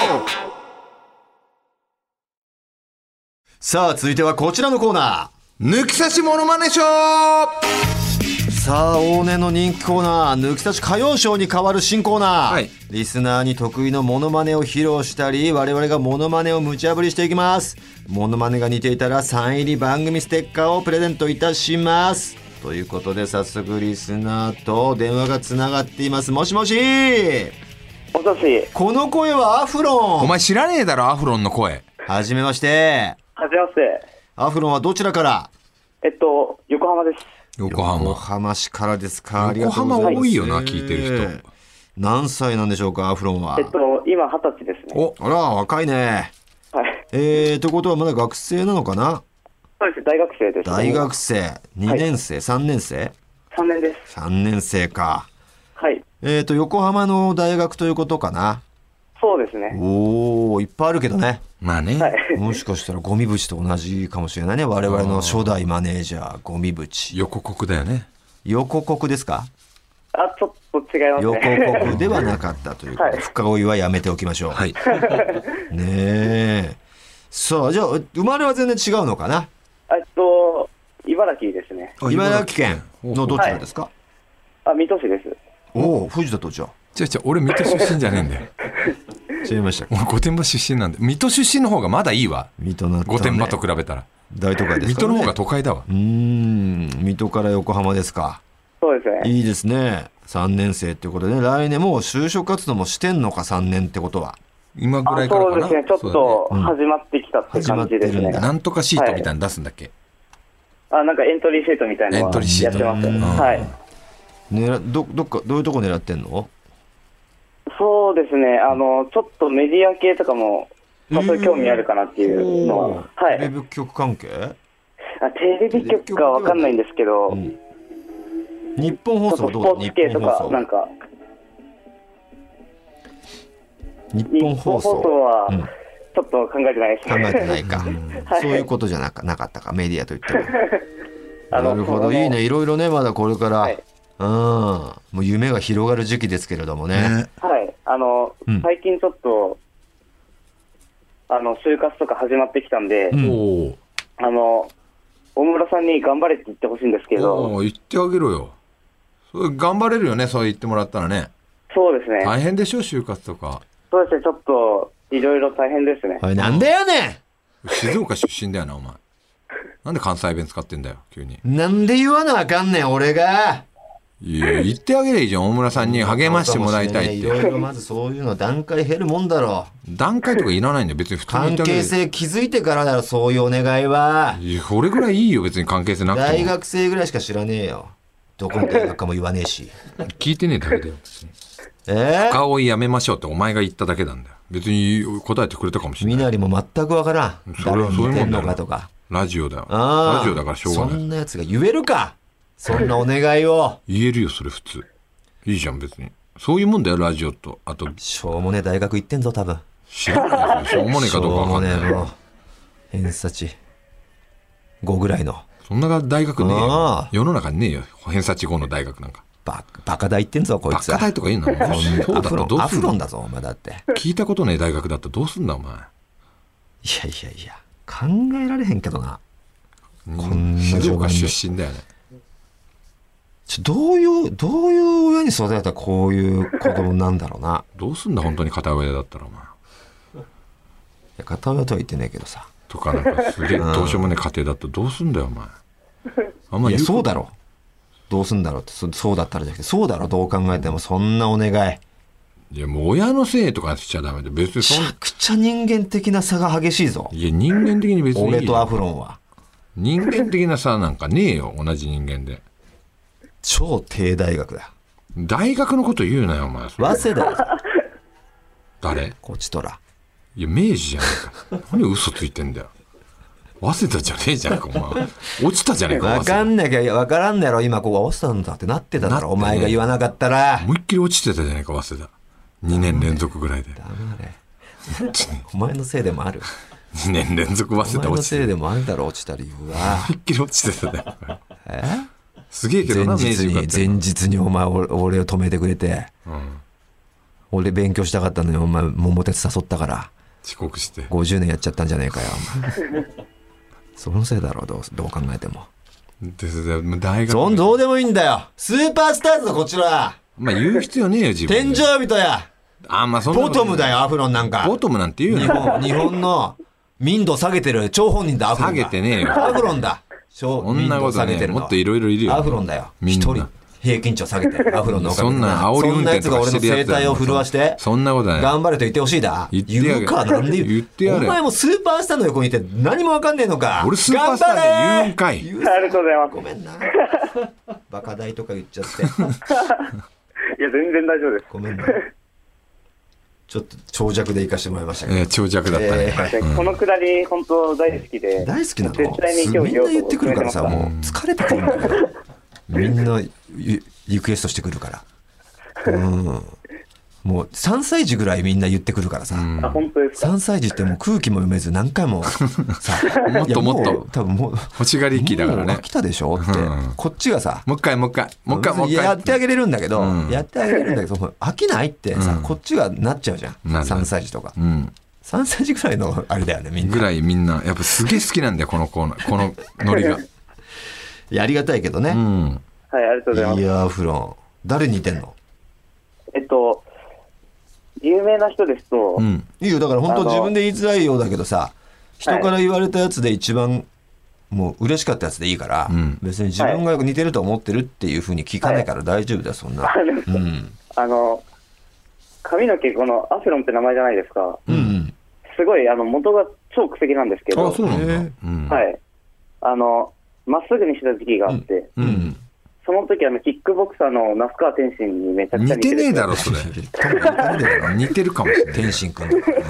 Speaker 2: さあ、続いてはこちらのコーナ
Speaker 3: 抜き差しモノマネショー
Speaker 2: ー。さあ、往年の人気コーナー、抜き差し歌謡賞に変わる新コーナー。
Speaker 3: はい
Speaker 2: リスナーに得意のモノマネを披露したり、我々がモノマネを無茶ぶりしていきます。モノマネが似ていたら、サイン入り番組ステッカーをプレゼントいたします。ということで、早速リスナーと電話がつながっています。もしもし
Speaker 4: もしもし、
Speaker 2: この声はアフロ
Speaker 3: お
Speaker 2: ン
Speaker 3: 前知らねえだろ、アフロンの声。
Speaker 2: はじめまして。
Speaker 4: はじめまして。
Speaker 2: アフロンはどちらから
Speaker 4: えっと、横浜です。
Speaker 3: 横浜。
Speaker 2: 市からですか。ありが
Speaker 3: 横
Speaker 2: とうございます
Speaker 3: 浜多いよな、聞いてる
Speaker 2: 何歳なんでしょうか、アフロンは
Speaker 4: え。っと、今二十歳ですね。
Speaker 2: お、あら、若いね。
Speaker 4: はい。
Speaker 2: えー、ということはまだ学生なのかな
Speaker 4: そうです、大学生です。
Speaker 2: 大学生、2年生、3年生
Speaker 4: 三年です。
Speaker 2: ?3 年生か。
Speaker 4: はい。
Speaker 2: えーと、横浜の大学ということかな。
Speaker 4: そうですね。
Speaker 2: おー、いっぱいあるけどね。
Speaker 3: 人。まあね。
Speaker 4: はい。
Speaker 2: もしかしたらゴミ淵と同じかもしれないね。我々の初代マネージャー、ゴミ淵。
Speaker 3: 横国だよね。
Speaker 2: 横国ですか
Speaker 4: あ、ちょっと違います
Speaker 2: 横
Speaker 4: ね。
Speaker 2: 国ではなかったということで、
Speaker 4: はい
Speaker 2: 深追いはやめておきましょう。
Speaker 3: はい。
Speaker 2: ねえ。さあ、じゃあ、生まれは全然違うのかな
Speaker 4: えっと、茨城ですね。
Speaker 3: あ
Speaker 2: 茨城県のどちらですか、
Speaker 4: あ、水戸市です。
Speaker 2: おお、藤田とじゃ
Speaker 3: 違う違う、俺水戸出身じゃねえんだよ。
Speaker 2: 違いました
Speaker 3: 俺御殿場出身なんで。水戸出身の方がまだいいわ。
Speaker 2: 水戸な
Speaker 3: 御殿場と比べたら。
Speaker 2: 大都会ですか
Speaker 3: 水
Speaker 2: ら、
Speaker 3: 戸
Speaker 2: ね。
Speaker 3: の方が都会だわ
Speaker 2: う。ーん、水戸から横浜ですか。
Speaker 4: そうですね。
Speaker 2: いいですね。3年生ってことでね、来年もう就職活動もしてんのか、3年ってことは。
Speaker 3: 今ぐら
Speaker 4: あ、
Speaker 3: いから
Speaker 4: そ
Speaker 3: か
Speaker 4: うで
Speaker 3: な。
Speaker 4: すね。ちょっと始まってきたって
Speaker 2: 始まっ
Speaker 4: 感
Speaker 2: て
Speaker 4: じです
Speaker 2: るん
Speaker 4: ね
Speaker 2: だ。
Speaker 3: なんとかシートみたいなの出すんだっけ
Speaker 4: あ、なんかエントリーシートみたいなの
Speaker 3: エントリーシ
Speaker 4: は
Speaker 3: ー
Speaker 4: や
Speaker 3: ト
Speaker 4: ってます。
Speaker 3: うん
Speaker 4: はい。
Speaker 2: ねらど、どっか、どういうとこ狙ってんの
Speaker 4: そうですね。あの、ちょっとメディア系とかも、まあ、そういう興味あるかなっていうの
Speaker 2: お
Speaker 4: は
Speaker 2: ー。
Speaker 4: はい
Speaker 2: テレ。ビ局関係
Speaker 4: あテレビ局かわかんないんですけど、
Speaker 2: うん日本放
Speaker 4: ちょっ
Speaker 2: 送
Speaker 4: と
Speaker 2: はど
Speaker 4: ス
Speaker 2: う
Speaker 4: ポーツ系とか、なんか、
Speaker 2: 日
Speaker 4: 日
Speaker 2: 本
Speaker 4: 本
Speaker 2: 放
Speaker 4: 放
Speaker 2: 送。
Speaker 4: 送は、ちょっと考えてないです
Speaker 2: 考
Speaker 4: ね。
Speaker 2: えてない か、そういうことじゃなかなかったかメディアといっても
Speaker 4: あ
Speaker 2: な
Speaker 4: の
Speaker 2: るほどいいねいろいろねまだこれから、
Speaker 4: はい
Speaker 2: うんもう夢が広がる時期ですけれどもね
Speaker 4: はい。あの、
Speaker 2: うん
Speaker 4: 最近ちょっと、あの、就活とか始まってきたんで、
Speaker 3: おお
Speaker 4: あの、大村さんに頑張れって言ってほしいんですけ
Speaker 3: お
Speaker 4: ど、
Speaker 3: お言ってあげろよそれ頑張れるよねそう言ってもらったらね
Speaker 4: そうですね。
Speaker 3: 大変でしょ就活とか
Speaker 4: そうですね、ちょっと、いろいろ大変ですね。
Speaker 2: おいなんだよね
Speaker 3: 静岡出身だよなお前なんで関西弁使ってんだよ急に
Speaker 2: んなんで言わなあかんねん、俺 が。
Speaker 3: いや言ってあげりゃいいじゃん大村さんに励ましてもらいたいっ
Speaker 2: いろ
Speaker 3: て
Speaker 2: いろまずそういうの段階減るもんだろう。
Speaker 3: 段階とかいらないんだよ別に普通に言
Speaker 2: 関
Speaker 3: ってあげりゃ
Speaker 2: 係
Speaker 3: いい
Speaker 2: 性気づいてからだろ、そういうお願いは。
Speaker 3: いや俺ぐらいいいよ別に関係性なくて
Speaker 2: 大
Speaker 3: も
Speaker 2: 学生ぐらいしか知らねえよ。どこの大学かも言わねえ し。
Speaker 3: 聞いてねえだけだよ別に
Speaker 2: えー、
Speaker 3: 顔をやめましょうってお前が言っただけなんだよ別に答えてくれたかもしれ
Speaker 2: み
Speaker 3: ない
Speaker 2: なりも全くわからん。
Speaker 3: そ
Speaker 2: 誰
Speaker 3: れは
Speaker 2: に
Speaker 3: そうい
Speaker 2: 似
Speaker 3: う
Speaker 2: て
Speaker 3: もん
Speaker 2: ん
Speaker 3: だ
Speaker 2: の
Speaker 3: よ
Speaker 2: かとか。
Speaker 3: ラジオだよ
Speaker 2: あー
Speaker 3: ラジオだからしょうが
Speaker 2: そ
Speaker 3: ない
Speaker 2: んなやつが言えるかそんなお願いを
Speaker 3: 言えるよそれ普通いいじゃん別にそういうもんだよラジオとあと
Speaker 2: しょうもねえ大学行ってんぞ多分
Speaker 3: 知らないですよしょうもねえかどうかわかん
Speaker 2: しょうもねえ
Speaker 3: ない
Speaker 2: もう偏差値5ぐらいの
Speaker 3: そんな大学ねえよ
Speaker 2: あ
Speaker 3: 世の中にねえよ偏差値後の大学なんか
Speaker 2: ババカ大行ってんぞこい
Speaker 3: バ
Speaker 2: つ
Speaker 3: カ大とか言うなもうそ
Speaker 2: ア
Speaker 3: うだった
Speaker 2: フ
Speaker 3: ら
Speaker 2: ロ
Speaker 3: ど
Speaker 2: ンア
Speaker 3: うす
Speaker 2: フ
Speaker 3: ん
Speaker 2: ロン
Speaker 3: だ
Speaker 2: だぞお前だってい
Speaker 3: 聞いたことねえ大学だったらどうすんだお前
Speaker 2: やいやいや考えられへんけどな
Speaker 3: うん
Speaker 2: んな
Speaker 3: 静
Speaker 2: 状
Speaker 3: 岡
Speaker 2: 態で
Speaker 3: 出身だよね
Speaker 2: ちょどういうどういう親に育てたらこういう子供なんだろうな
Speaker 3: どうすんだ本当に片親だったらお前
Speaker 2: いや片親とは言ってねえけどさ
Speaker 3: とかなんかすげえどうしようもねえ家庭だったらどうすんだよお前あんま
Speaker 2: いや
Speaker 3: 言う
Speaker 2: そうだろどうすんだろうってそそうだったらじゃなくてそうだろどう考えてもそんなお願い
Speaker 3: いやもう親のせいとかしちゃダメで別に
Speaker 2: め
Speaker 3: そ
Speaker 2: ち
Speaker 3: ん
Speaker 2: ゃくちゃ人間的な差が激しいぞ。
Speaker 3: いや人間的に別にいいよ
Speaker 2: 俺とアフロンは。
Speaker 3: 人間的なさなんかねえよ同じ人間で
Speaker 2: 超低大学だ。
Speaker 3: 大学のこと言うなよお前それ
Speaker 2: 早稲田だぞ、
Speaker 3: 誰
Speaker 2: こちとら。
Speaker 3: いや明治じゃねえか何嘘ついてんだよ早稲田じゃねえじゃねえかお前落ちたじゃねえか
Speaker 2: わか
Speaker 3: 早稲
Speaker 2: んなきゃ、わからんねやろ。今ここ、早稲田なんだってなってただ
Speaker 3: なって
Speaker 2: ろ。
Speaker 3: ね
Speaker 2: お前が言わなかったら
Speaker 3: 田。思いっきり落ちてたじゃねえか早稲田2年連続ぐらいで
Speaker 2: 黙れ。お前のせいでもある。
Speaker 3: 2年連続早
Speaker 2: お
Speaker 3: 稲
Speaker 2: 前の
Speaker 3: 田落ちて
Speaker 2: せい
Speaker 3: た
Speaker 2: でもあるだろ、落ちた理由は。
Speaker 3: 思いっきり落ちてたじゃねえか
Speaker 2: え
Speaker 3: すげえけ
Speaker 2: 前
Speaker 3: どな明
Speaker 2: 日
Speaker 3: 治受か
Speaker 2: に
Speaker 3: っ、て
Speaker 2: 前日にお前、俺俺を止めてくれて。
Speaker 3: うん
Speaker 2: 俺勉強したかったのに、お前、桃鉄誘ったから。
Speaker 3: 遅刻して
Speaker 2: 50年やっちゃったんじゃねえかよ、お前。 そのせいだろ、どうどう考えても。
Speaker 3: ででで大学
Speaker 2: そんどうでもいいんだよ。スーパースターズだ、こちら。
Speaker 3: まあ言う必要ねえよ自分で
Speaker 2: 天井人や。
Speaker 3: あまあそんなこ
Speaker 2: ボ
Speaker 3: と
Speaker 2: トムだよ、アフロンなんか。
Speaker 3: ボトムなんて言うな
Speaker 2: 日
Speaker 3: よ
Speaker 2: 本、日本の民度下げてる張本人だ、アフロンだ。
Speaker 3: 下げてねえよ
Speaker 2: アフロンだ。
Speaker 3: そ
Speaker 2: そ
Speaker 3: んなことねもっといろいろいるよ
Speaker 2: アフロンだよ。
Speaker 3: みん
Speaker 2: 一
Speaker 3: な
Speaker 2: 人。平均値を下げてるアフロンのおかげ
Speaker 3: そ
Speaker 2: で
Speaker 3: んな煽り運転
Speaker 2: そんな奴
Speaker 3: とか
Speaker 2: が俺
Speaker 3: して
Speaker 2: の
Speaker 3: るやつ
Speaker 2: 生
Speaker 3: だ
Speaker 2: 態
Speaker 3: よ
Speaker 2: を震わして。
Speaker 3: そんなことない
Speaker 2: 頑張れと言ってほしいだ。
Speaker 3: 言ってやれ
Speaker 2: うか、なんで
Speaker 3: 言ってやれ
Speaker 2: お前もスーパースターの横にいて何もわかんねえのか。
Speaker 3: 俺スーパースターで言うんかい
Speaker 2: 頑張れ
Speaker 4: ありがとうございます
Speaker 2: ご。めんな。バカ大とか言っちゃって。
Speaker 4: いや、全然大丈夫です。
Speaker 2: ごめんな。ちょっと長尺で行かしてもらいましたけど。
Speaker 3: えー長尺だったね、
Speaker 2: え
Speaker 4: このくだり、本当大好きで。
Speaker 2: 大好きなの
Speaker 4: 絶対に今日
Speaker 2: みん
Speaker 4: 言お
Speaker 2: な
Speaker 4: うと
Speaker 2: 言ってくるからさ、
Speaker 4: 思
Speaker 2: もう
Speaker 4: て
Speaker 2: 疲れてくるんだけど。 みんなリリクエストしてくるから。うん。もう3歳児ぐらいみんな言ってくるからさ。
Speaker 4: ましたあ、本当ですか。
Speaker 2: 3歳児ってもう空気も読めず何回もさ
Speaker 3: もっともっと
Speaker 2: いやう多分もう
Speaker 3: 欲しがり期だからね
Speaker 2: もう飽きたでしょって、
Speaker 3: うん
Speaker 2: こっちがさ
Speaker 3: もう一回もう一回もう一回もう一
Speaker 2: やってあ
Speaker 3: 回
Speaker 2: げれるんだけど、
Speaker 3: うん
Speaker 2: やってあげれるんだけどもう飽きないってさ、こっちがなっちゃうじゃん
Speaker 3: なる
Speaker 2: 3歳児とか
Speaker 3: うん
Speaker 2: 3歳児ぐらいのあれだよねみんな
Speaker 3: ぐらいみんなやっぱすげえ好きなんだよこのコーナーこの ノリが
Speaker 2: いやありがたいけどね、
Speaker 3: うん
Speaker 4: はい、ありがとうございま
Speaker 2: い
Speaker 4: す。
Speaker 2: やーフロン誰に似てんの
Speaker 4: えっと、有名な人ですと、
Speaker 3: うん
Speaker 2: いいよだから本
Speaker 4: あ
Speaker 2: 当
Speaker 4: の
Speaker 2: 自分で言いづらいようだけどさ人から言われたやつで一番もう嬉しかったやつでいいから、
Speaker 3: うん
Speaker 2: 別に自分が似てると思ってるっていうふうに聞かないから大丈夫だよそん な、うん
Speaker 4: あの、髪の毛、このアフロンって名前じゃないですか。
Speaker 2: うん
Speaker 4: すごい、あの、元が超苦石なんですけど、
Speaker 3: あそうなんだ、
Speaker 2: へえ
Speaker 3: うん
Speaker 4: はい。あの、まっすぐにした時期があって、
Speaker 3: うん、
Speaker 4: その時あの、キックボクサーの那須川天心にめちゃくちゃ
Speaker 3: 似
Speaker 4: 似て
Speaker 3: て
Speaker 4: る
Speaker 3: ねえだろそれ
Speaker 2: 多分似てるんだよな
Speaker 3: 似てるかもしれな い
Speaker 2: 天心くんだから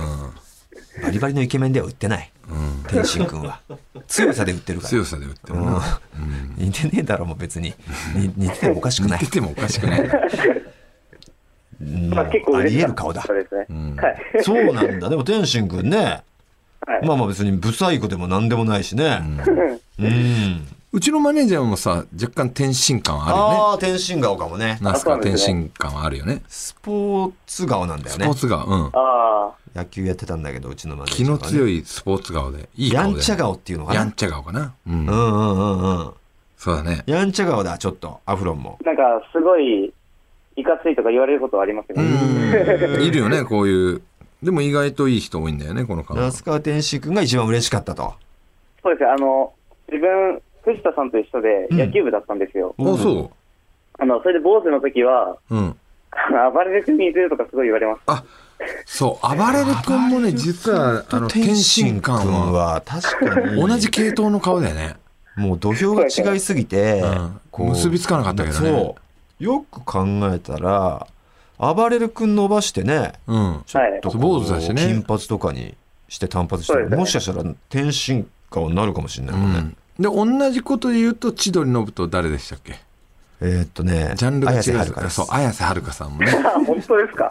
Speaker 2: バリバリのイケメンでは売ってない
Speaker 3: うん
Speaker 2: 天心くんは強さで売ってるから
Speaker 3: 強さで売ってるな
Speaker 2: うん似てねえだろもう別にに似ててもおかしく
Speaker 3: 似
Speaker 2: ない
Speaker 3: ててもおかしくない
Speaker 2: うん
Speaker 4: まあ結構
Speaker 2: あり
Speaker 4: 嬉
Speaker 2: え
Speaker 4: し
Speaker 2: る
Speaker 4: か
Speaker 2: 顔だ
Speaker 4: ったですね。
Speaker 3: ん
Speaker 4: はい。
Speaker 2: そうなんだでも天心くんね
Speaker 4: は い
Speaker 2: まあまあ別に不細工でも何でもないしねうん
Speaker 3: うちのマネージャーもさ、若干天津感あるよね。
Speaker 2: ああ、天津顔かもね。
Speaker 3: ナスカ
Speaker 4: あそうなん
Speaker 3: 天
Speaker 4: ですね
Speaker 3: 津感あるよね。
Speaker 2: スポーツ顔なんだよ
Speaker 3: ス
Speaker 2: ね
Speaker 3: ポー。ツ顔、うん。
Speaker 4: あ
Speaker 2: 野球やってたんだけど、うちのマネージ
Speaker 3: 気
Speaker 2: ャー
Speaker 3: の
Speaker 2: はね
Speaker 3: 強いスポーツ顔で、いい顔
Speaker 2: や
Speaker 3: で。
Speaker 2: んちゃ顔っていうのか
Speaker 3: や。
Speaker 2: なん
Speaker 3: ちゃ顔かな。うん。
Speaker 2: うんうんうんうん。
Speaker 3: そうだね。
Speaker 2: やんちゃ顔だ、ちょっと。アフロンも。
Speaker 4: あ、なんかすごい、いかついとか言われることはありますよ
Speaker 3: う
Speaker 4: ね。
Speaker 3: ん。いるよね、こういう。でも意外といい人多いんだよね、この顔。
Speaker 2: 那須川天心君が一番嬉しかったと。
Speaker 4: そうですね、あの、自分、藤田さんと一緒で
Speaker 2: うん
Speaker 4: 野球部だったんですよ。
Speaker 3: あ、そ
Speaker 4: あの、それで坊主の時は、
Speaker 3: う。うん。
Speaker 4: あの暴れる君いるとかすごい言われます。
Speaker 3: あ、そう、暴れる君もね、実は、あの、天津感
Speaker 2: 君
Speaker 3: は、
Speaker 2: は確かに。
Speaker 3: 同じ系統の顔だよね。
Speaker 2: もう土俵が違いすぎて
Speaker 3: うん、結びつかなかったけどね
Speaker 2: そう。よく考えたら、暴れる君伸ばしてね、
Speaker 3: うん。
Speaker 2: ちょっとこう
Speaker 3: 坊主だしね
Speaker 2: 金髪とかにして短髪して、
Speaker 4: そうですね
Speaker 2: もしかしたら天津顔になるかもしれないうもんね。
Speaker 3: ん。で、同じこと言うと、千鳥信と誰でしたっけ
Speaker 2: えーっとね、
Speaker 3: ジャンルが違う。
Speaker 2: 綾瀬はるかです
Speaker 3: そう、綾瀬はるかさんもね。
Speaker 4: あ、本当です か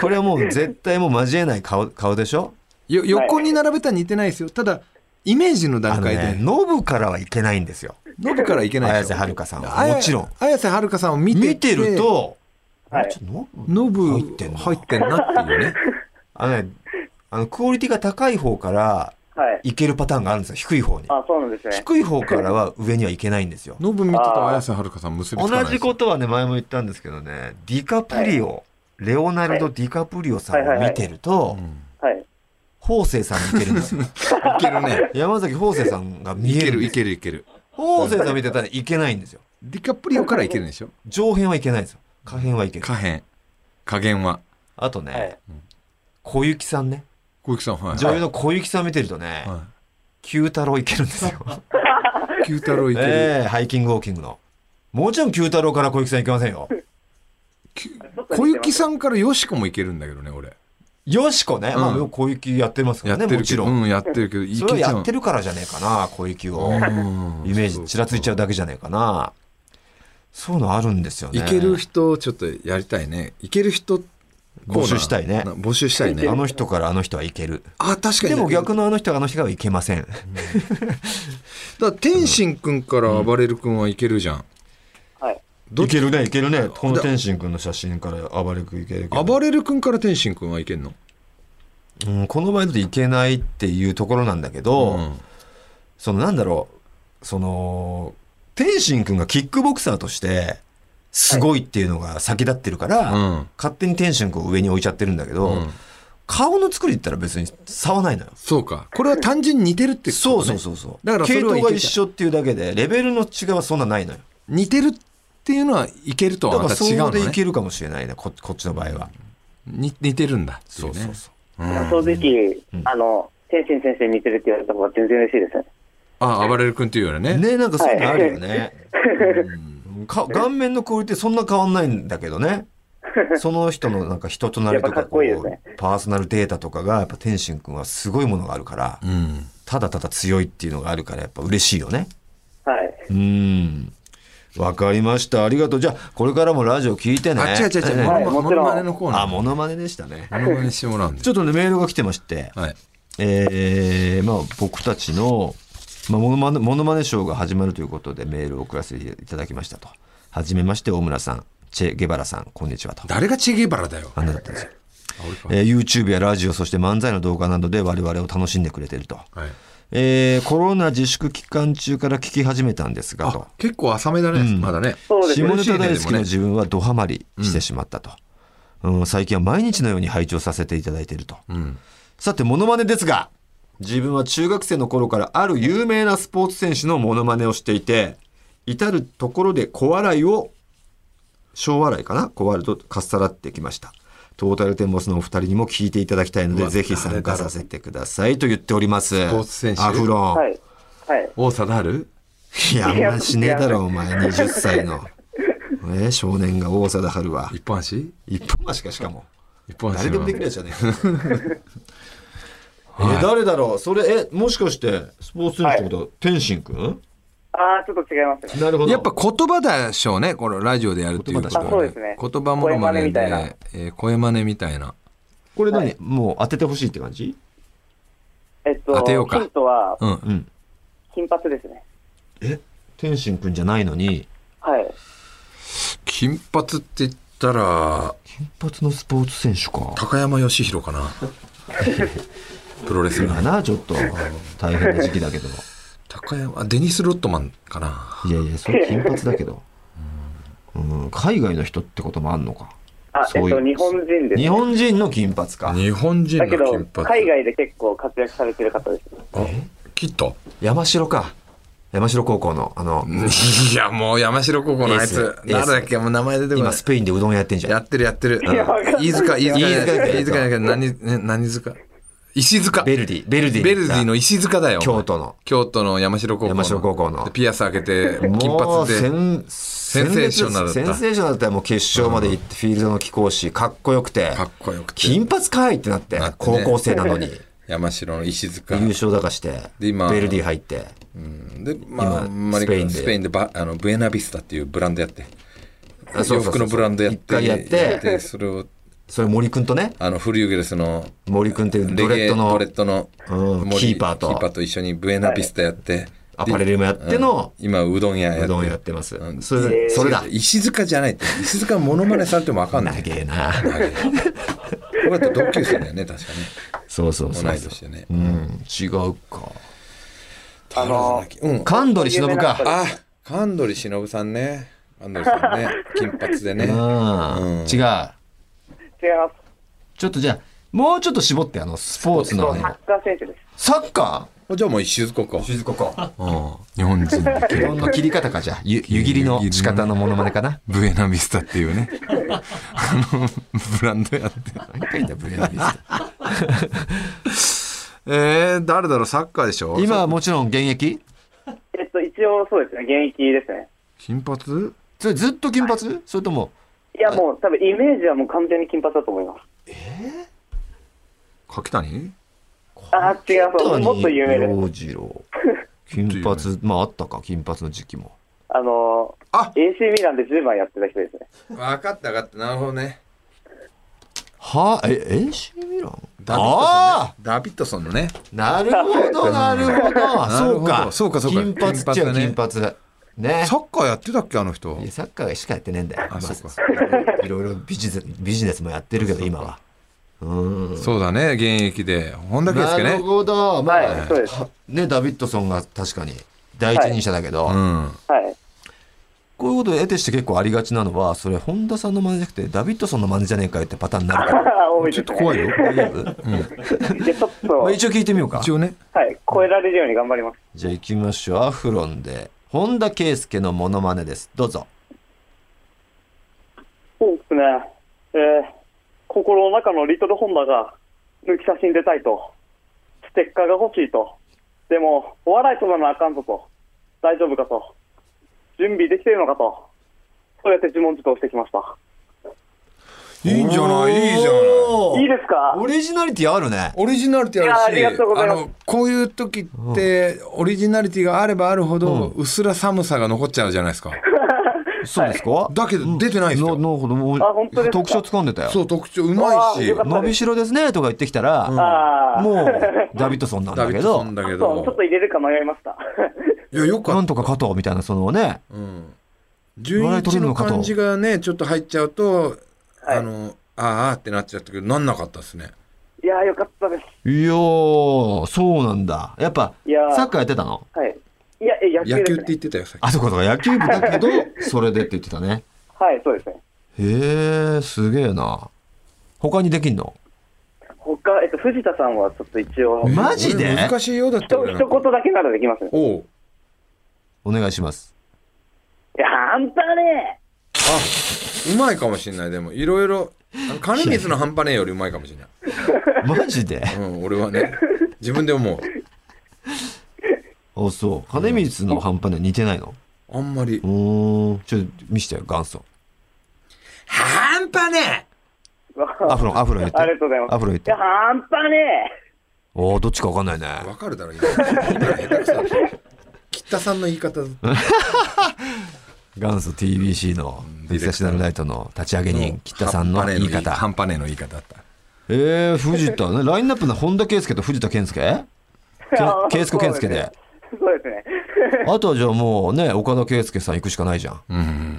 Speaker 2: これはもう絶対もう交えない顔顔でしょ
Speaker 3: よ横に並べたら似てないですよ。ただ、イメージの
Speaker 2: あ
Speaker 3: 段
Speaker 2: の
Speaker 3: 階
Speaker 2: ね、
Speaker 3: で、
Speaker 2: ノブからはいけないんですよ。
Speaker 3: ノブからいけない
Speaker 2: 綾
Speaker 3: でし
Speaker 2: 瀬
Speaker 3: ょ
Speaker 2: はるかさんは。
Speaker 3: 綾
Speaker 2: もちろん。
Speaker 3: 綾瀬はるかさんを見てて
Speaker 2: 見てる、と、
Speaker 4: はい
Speaker 2: あちょっとノブ
Speaker 3: ノブ
Speaker 2: 入ってんな
Speaker 3: 入ってんなっていうね。
Speaker 2: あのね、あの、クオリティが高い方から
Speaker 4: はい。
Speaker 2: いけるパターンがあるんですよ、低い方に。
Speaker 4: あ、そうなんですね。
Speaker 2: 低い方からは上にはいけないんですよ。
Speaker 3: ノブ見てた綾瀬はるかさん結びつ
Speaker 2: 同
Speaker 3: かないです
Speaker 2: じことはね、前も言ったんですけどね、ディカプリオ、レオナルド・ディカプリオさんを見てると、
Speaker 3: うん
Speaker 4: はい。
Speaker 2: 方正さんに似てるんですよ。
Speaker 3: いけるね。
Speaker 2: 山崎方正さんが 見
Speaker 3: い
Speaker 2: え
Speaker 3: け
Speaker 2: るん
Speaker 3: る
Speaker 2: です
Speaker 3: い
Speaker 2: よ。
Speaker 3: けるいける。
Speaker 2: 方正さん見てたらいけないんですよ。
Speaker 3: ディカプリオからいけるんでしょ
Speaker 2: 上辺はいけないんですよ。下辺はいける。
Speaker 3: 下辺。下限は。
Speaker 2: あとね、
Speaker 4: はい
Speaker 2: 小雪さんね。
Speaker 3: 小雪さん、はい。
Speaker 2: 女優の小雪さん見てるとね、
Speaker 3: は
Speaker 2: 九太郎いけるんですよ。
Speaker 3: い。九太郎いける。
Speaker 2: ええハイキングウォーキングの。もちろん九太郎から小雪さんいけませんよ。
Speaker 3: き小雪さんからよしこもいけるんだけどね、俺。
Speaker 2: よしこね、
Speaker 3: うん
Speaker 2: まあでも小雪やってますか
Speaker 3: や
Speaker 2: らね、
Speaker 3: って
Speaker 2: も
Speaker 3: る
Speaker 2: ち
Speaker 3: け
Speaker 2: ろ
Speaker 3: ど。
Speaker 2: ん。
Speaker 3: うん、やってるけど、いけち
Speaker 2: そ
Speaker 3: ゃう。
Speaker 2: れはやってるからじゃねえかな、小雪を。
Speaker 3: うん
Speaker 2: イメージちらついちゃうだけじゃねえかな。そういうのあるんですよね。
Speaker 3: いける人をちょっとやりたいね。いける人コー
Speaker 2: 募
Speaker 3: ナー
Speaker 2: 集したいね
Speaker 3: な募集したいね
Speaker 2: あ。の人からあの人はいける。
Speaker 3: あ、確かに。
Speaker 2: でも逆のあの人からあの人はいけません。
Speaker 3: だから天心くんから暴れるくんはいけるじゃん。
Speaker 4: はい。
Speaker 3: どっち
Speaker 2: るね、いけるね。この天心君の写真から暴れくいけるけど
Speaker 3: 暴れるくんから天心くんはいけんの
Speaker 2: うん、この前だといけないっていうところなんだけど、
Speaker 3: うん
Speaker 2: そのなんだろう、その、天心君がキックボクサーとして、すごいっていうのが先立ってるから、
Speaker 3: うん
Speaker 2: 勝手に天心君を上に置いちゃってるんだけど、
Speaker 3: うん
Speaker 2: 顔の作りって言ったら別に差はないのよ。
Speaker 3: そうか。これは単純に似てるってこと
Speaker 2: そ
Speaker 3: ね
Speaker 2: うそうそうそう。
Speaker 3: だからそ
Speaker 2: 系
Speaker 3: れはい
Speaker 2: 統
Speaker 3: け
Speaker 2: が
Speaker 3: ちゃう
Speaker 2: 一緒っていうだけで、レベルの違いはそんなないのよ。
Speaker 3: 似てるっていうのはいけると
Speaker 2: だ
Speaker 3: は
Speaker 2: か
Speaker 3: ま
Speaker 2: ら
Speaker 3: た
Speaker 2: そ
Speaker 3: 違うの
Speaker 2: うでい
Speaker 3: ね。
Speaker 2: けるかもしれないね、ここっちの場合は。
Speaker 3: に似てるんだっていね。
Speaker 2: そう。
Speaker 3: うん
Speaker 4: 正直、あの、天心先生に似てるって言われた方が全然嬉しいですね。
Speaker 3: あ、暴れるくんっていうよりね。
Speaker 2: ねなんかそういうのあるよね、うんか顔面のクオリティそんな変わんないんだけどねその人のなんか人となりと
Speaker 4: やっぱ
Speaker 2: か
Speaker 4: かっこいいですね
Speaker 2: こうパーソナルデータとかがやっぱ天心君はすごいものがあるから
Speaker 3: うん。
Speaker 2: ただただ強いっていうのがあるからやっぱ嬉しいよね
Speaker 4: はい。
Speaker 2: うんわかりましたありがとうじゃあこれからもラジオ聞いてね
Speaker 3: あ、違う違う違う。
Speaker 2: え
Speaker 4: はい
Speaker 2: え
Speaker 3: モノマネ
Speaker 4: もち
Speaker 3: モ
Speaker 4: ろん
Speaker 3: ノマネのコーナ
Speaker 2: あ
Speaker 3: ー。モ
Speaker 2: モノマネでしたね
Speaker 3: ノマネしてもらうんで
Speaker 2: ちょ。っとねメールが来てまして
Speaker 3: はい。
Speaker 2: えーまあ、僕たちの、まあ、モノマネモノマネショーが始まるということでメールを送らせていただきましたと。はじめまして、大村さん、チェ・ゲバラさん、こんにちはと。
Speaker 3: 誰がチェゲバラだよ。
Speaker 2: あんなだったんですよ。
Speaker 3: あ俺か
Speaker 2: えー YouTube やラジオ、そして漫才の動画などで我々を楽しんでくれてると。
Speaker 3: はい。
Speaker 2: えーコロナ自粛期間中から聞き始めたんですがと
Speaker 3: あ。、結構浅めだね。まだね。
Speaker 4: そうです
Speaker 2: 下
Speaker 4: ね。
Speaker 2: ネタ大好
Speaker 3: 嬉しいねで
Speaker 2: き
Speaker 3: もね
Speaker 2: の自分はドハマりしてしまったと、うん最近は毎日のように拝聴させていただいていると、
Speaker 3: ん
Speaker 2: さてモノマネですが自分は中学生の頃からある有名なスポーツ選手のモノマネをしていて至る所で小笑いを小笑いかな小笑いとかっさらってきましたトータルテンボスのお二人にも聞いていただきたいの
Speaker 3: う
Speaker 2: で
Speaker 3: わ
Speaker 2: ぜひ参加させてくださいと言っておりますス
Speaker 3: ポーツ選手
Speaker 2: アフロン、
Speaker 4: はい。はい。
Speaker 3: 王貞治
Speaker 2: い や、あんましねえだろ、お前、20歳の。ね、少年が大貞治は。
Speaker 3: 一般紙
Speaker 2: 一本足か、しかも。
Speaker 3: 一般
Speaker 2: 誰
Speaker 3: 紙
Speaker 2: でもできるやつじゃねえか。 え、誰だろうそれ、え、もしかして、スポーツ選手ってこと、天心くん
Speaker 4: ああ、ちょっと違いますね。
Speaker 2: なるほど。
Speaker 3: やっぱ言葉でしょうね、このラジオでやるっていうことは
Speaker 4: 言葉でしょうねあそうですね
Speaker 3: 言葉ものまね
Speaker 4: 声真似みたいな
Speaker 3: で、えー声真似みたいな。
Speaker 2: これ何、
Speaker 4: はい
Speaker 2: もう当ててほしいって感じ
Speaker 4: えっと、
Speaker 3: 当てようか
Speaker 4: ヒントは
Speaker 3: う、ん。
Speaker 2: うん。
Speaker 4: 金髪ですね。
Speaker 2: え天心くんじゃないのに、
Speaker 4: はい。
Speaker 3: 金髪って言ったら、
Speaker 2: 金髪のスポーツ選手か。
Speaker 3: 高山義弘 かな。プロレスラ
Speaker 2: 今
Speaker 3: ー。
Speaker 2: な、ちょっと大変な時期だけど。
Speaker 3: 高山、あデニス・ロットマンかな。
Speaker 2: いやいや、それ金髪だけど。うん、海外の人ってこともあんのか。
Speaker 4: あ、
Speaker 2: そ
Speaker 4: え
Speaker 2: う
Speaker 4: っ
Speaker 2: いう
Speaker 4: と、日本人です、
Speaker 2: 日本人の金髪か。
Speaker 3: 日本人の
Speaker 4: だけど
Speaker 3: 金、髪。
Speaker 4: 海外で結構活躍されてる方です。
Speaker 3: あ、キット。
Speaker 2: 山城か。山城高校の、あの、
Speaker 3: いや、もう山城高校のあい
Speaker 2: エ
Speaker 3: つ
Speaker 2: ー。ス
Speaker 3: 誰だっけもう名前出てこな
Speaker 2: 今
Speaker 3: い
Speaker 2: ス。ペインでうどん屋やってんじ
Speaker 3: や
Speaker 2: ゃん。
Speaker 3: ってるやってる。
Speaker 4: いやわかんない
Speaker 3: 飯塚、飯塚。
Speaker 2: 飯塚
Speaker 3: 飯塚だけど、何、ね何塚石塚。
Speaker 2: ベルディ、ベルディ。
Speaker 3: ベルディの。石塚だよ。
Speaker 2: 京都の。
Speaker 3: 京都の山城高校の。
Speaker 2: 山城高校の
Speaker 3: でピアス開けて、金
Speaker 2: もう
Speaker 3: 髪
Speaker 2: セ
Speaker 3: で。
Speaker 2: ンセ
Speaker 3: センセーショナルだった
Speaker 2: センセーショナルだったらもう決勝まで行って、フィールドの貴公子、かっこよくて。
Speaker 3: かっこよくて
Speaker 2: 金髪かいってなって
Speaker 3: なっ、て
Speaker 2: 高
Speaker 3: ね
Speaker 2: 校生な のに。
Speaker 3: 山城の石塚。
Speaker 2: 優勝だかして、
Speaker 3: で今
Speaker 2: ベルディ入って。
Speaker 3: うんで、まあ、
Speaker 2: 今
Speaker 3: あんまり
Speaker 2: スペインで
Speaker 3: スペインでバあのブエナビスタっていうブランドやって、
Speaker 2: あそうそうそう
Speaker 3: 洋服のブランドやって、
Speaker 2: 一回やって
Speaker 3: それを、
Speaker 2: それ森くんとね、
Speaker 3: あの、フリューゲルスの
Speaker 2: 森くんっていう
Speaker 3: レ
Speaker 2: ド
Speaker 3: ゲ
Speaker 2: レ
Speaker 3: エ
Speaker 2: ッドの
Speaker 3: ドレッドの
Speaker 2: うん
Speaker 3: 森
Speaker 2: キーパーと
Speaker 3: キーパーと一緒にブエナビスタやって、
Speaker 2: アパレルもやっての
Speaker 3: うん今、うどん屋やって。
Speaker 2: うどんやってます
Speaker 3: う。ん
Speaker 2: それ、それだ。
Speaker 3: 石塚じゃないって。石塚モノマネされてもわかんな
Speaker 2: 長
Speaker 3: い。
Speaker 2: え な。
Speaker 3: これだと同級生だよね、確かね。
Speaker 2: そうそうそう
Speaker 3: 同い
Speaker 2: そう。
Speaker 3: 年でね
Speaker 2: う。ん、違うか。
Speaker 4: あの、
Speaker 3: うん。
Speaker 2: 神取忍か。
Speaker 3: あ、神取忍さんね。神取さん ね。金髪で
Speaker 2: う
Speaker 3: ね。
Speaker 2: ん、
Speaker 3: うん
Speaker 2: 違う。ちょ
Speaker 4: 違います。
Speaker 2: っとじゃあ、もうちょっと絞って、あの、スポーツ
Speaker 4: サ
Speaker 2: の、あの
Speaker 4: ッカー選手です。
Speaker 2: サッカ
Speaker 3: じゃあもう石塚か
Speaker 2: ー。静子か。
Speaker 3: 日本人で
Speaker 2: 基本の切り方か、じゃあ、ゆ湯切りの仕方のものまねかな。
Speaker 3: ブエナビスタって いうね。あの、ブランドやって。
Speaker 2: 何回言うんだよ、ブレナビスタ
Speaker 3: えー、誰だろうサッカーでしょ
Speaker 2: 今はもちろん現役
Speaker 4: えっと、一応そうですね、現役ですね。
Speaker 3: 金髪
Speaker 2: それずっと金髪それとも、
Speaker 4: いや、もう多分イメージはもう完全に金髪だと思います。
Speaker 3: 柿谷
Speaker 4: あー、違う、そうもっと有名です。
Speaker 2: 洋次 郎。金髪、まああったか、金髪の時期も。
Speaker 4: あの
Speaker 3: あ
Speaker 4: AC ミランで10番やってた人ですね。
Speaker 3: 分かった分かった。なるほどね。
Speaker 2: はあ、え、AC ミラン
Speaker 3: ダビッドソン
Speaker 2: ああ
Speaker 3: ね。ダビッドソンのね。
Speaker 2: なるほど、なるほど。そうか。
Speaker 3: そうかそうか
Speaker 2: 金髪っちゃ金
Speaker 3: 金
Speaker 2: 髪。ね。
Speaker 3: サッカーやってたっけあの人
Speaker 2: いや。サッカーしかやってねえんだよ。まあ
Speaker 3: そう か
Speaker 2: いろいろビジネスビジネスもやってるけど、今は。うん。
Speaker 3: そうだね、現役で。本田圭
Speaker 2: な
Speaker 3: 佑
Speaker 2: る
Speaker 3: ね。
Speaker 2: ほど。ま
Speaker 4: はい、
Speaker 2: あ
Speaker 4: そう、です。は
Speaker 2: ね、ダビッドソンが確かに第一人者だけど、
Speaker 3: うん。
Speaker 4: い。
Speaker 2: こういうことを得てして結構ありがちなのは、それ、本田さんの真似じゃなくて、ダビッドソンの真似じゃねえかよってパターンになる から。
Speaker 4: 多いですね。
Speaker 2: ちょっと怖いよ。大丈夫
Speaker 4: いやちょっと、
Speaker 2: まあ
Speaker 4: は
Speaker 2: 一応聞いてみようか。
Speaker 3: 一応ね。
Speaker 4: い、超えられるように頑張ります。
Speaker 2: じゃあ行きましょう。アフロンで、本田圭佑のモノマネです。どうぞ。
Speaker 4: そうですね。えー、心の中のリトルホンダが抜き写真出たいと、ステッカーが欲しいと、でも、お笑いとならあかんぞと、大丈夫かと、準備できてるのかと、そうやって自問自答してきました。
Speaker 3: いいんじゃないいいじゃない
Speaker 2: おー
Speaker 4: いいですか
Speaker 2: オリジナリティあるね。
Speaker 3: オリジナリティあるし
Speaker 4: いやありがとうございます
Speaker 3: のこういう時ってオリジナリティがあればあるほどうっすら寒さが残っちゃうじゃないですか、
Speaker 2: そうですか
Speaker 3: だけど出てないですよ、
Speaker 2: ののほどもう
Speaker 4: あ本当ですか
Speaker 2: 特徴掴んでた
Speaker 3: そ
Speaker 2: よ。
Speaker 3: う特徴うまいし
Speaker 4: あーよかった
Speaker 2: 伸びしろですねとか言ってきたら、
Speaker 4: ああ、
Speaker 2: もうダビッドソンなん
Speaker 3: ダ
Speaker 2: だ
Speaker 3: ビ
Speaker 2: け
Speaker 3: ッドソ
Speaker 2: ど
Speaker 3: ン、だけ
Speaker 4: そう、ちょっ
Speaker 3: ど
Speaker 4: と入れるか迷いま した。
Speaker 3: いやよか
Speaker 2: な
Speaker 3: っ
Speaker 2: ん
Speaker 3: た
Speaker 2: とか加藤みたいな、そのね、
Speaker 3: うん11の感じがねちょっと入っちゃうと、
Speaker 4: はい
Speaker 3: あのあーあーってなっちゃったけどなんなかったですね
Speaker 4: いやー、よかったです。
Speaker 2: いやー、そうなんだ。やっぱ、
Speaker 4: いやー
Speaker 2: サッカーやってたの
Speaker 4: はい。いや、え野球
Speaker 3: 野
Speaker 4: です、
Speaker 3: 球
Speaker 4: ね。
Speaker 3: って言ってたよさっき
Speaker 2: あ、そうかそうか、野球部だけど、 それでって言ってたね。
Speaker 4: はい、そうですね。
Speaker 2: へー、すげえな。他にできんの
Speaker 4: 他、えっと、藤田さんはちょっと一応、
Speaker 2: まマジで
Speaker 3: 俺難しいようだっ
Speaker 4: ひ
Speaker 3: た
Speaker 4: と
Speaker 3: よ
Speaker 4: 一言だけならできますね。
Speaker 3: おう
Speaker 2: お願いし ます。
Speaker 4: いや、あんたね、
Speaker 3: うまいかもしれないでもいろいろあの金水の半端ねえよりうまいかもしれない
Speaker 2: マジで
Speaker 3: うん、俺はね、自分で思う。
Speaker 2: あ、そう。金光の半端で似てないの
Speaker 3: あんまり
Speaker 2: う。ーん。ちょっと見せてよ、元祖。
Speaker 3: 半端ね
Speaker 2: アフロン、アフロン言って。
Speaker 4: ありがとうございます
Speaker 2: アフロン言っ
Speaker 4: いや、
Speaker 2: て。
Speaker 4: 半端ね
Speaker 2: おー、どっちかわかんないね。
Speaker 3: えわかるだろ、今。今下手くそだった吉田さんの言い方だった
Speaker 2: 元祖 TBC のディスカシナルライトの立ち上げ人、吉田さんの言い方。
Speaker 3: 半端ねえの言い方だった。
Speaker 2: えー、藤田ね。ラインナップの本田圭佑と藤田健介
Speaker 4: え
Speaker 2: け圭介健介で。。
Speaker 4: そうですね。
Speaker 2: あとはじゃあもうね、岡田圭介さん行くしかないじゃん。
Speaker 3: う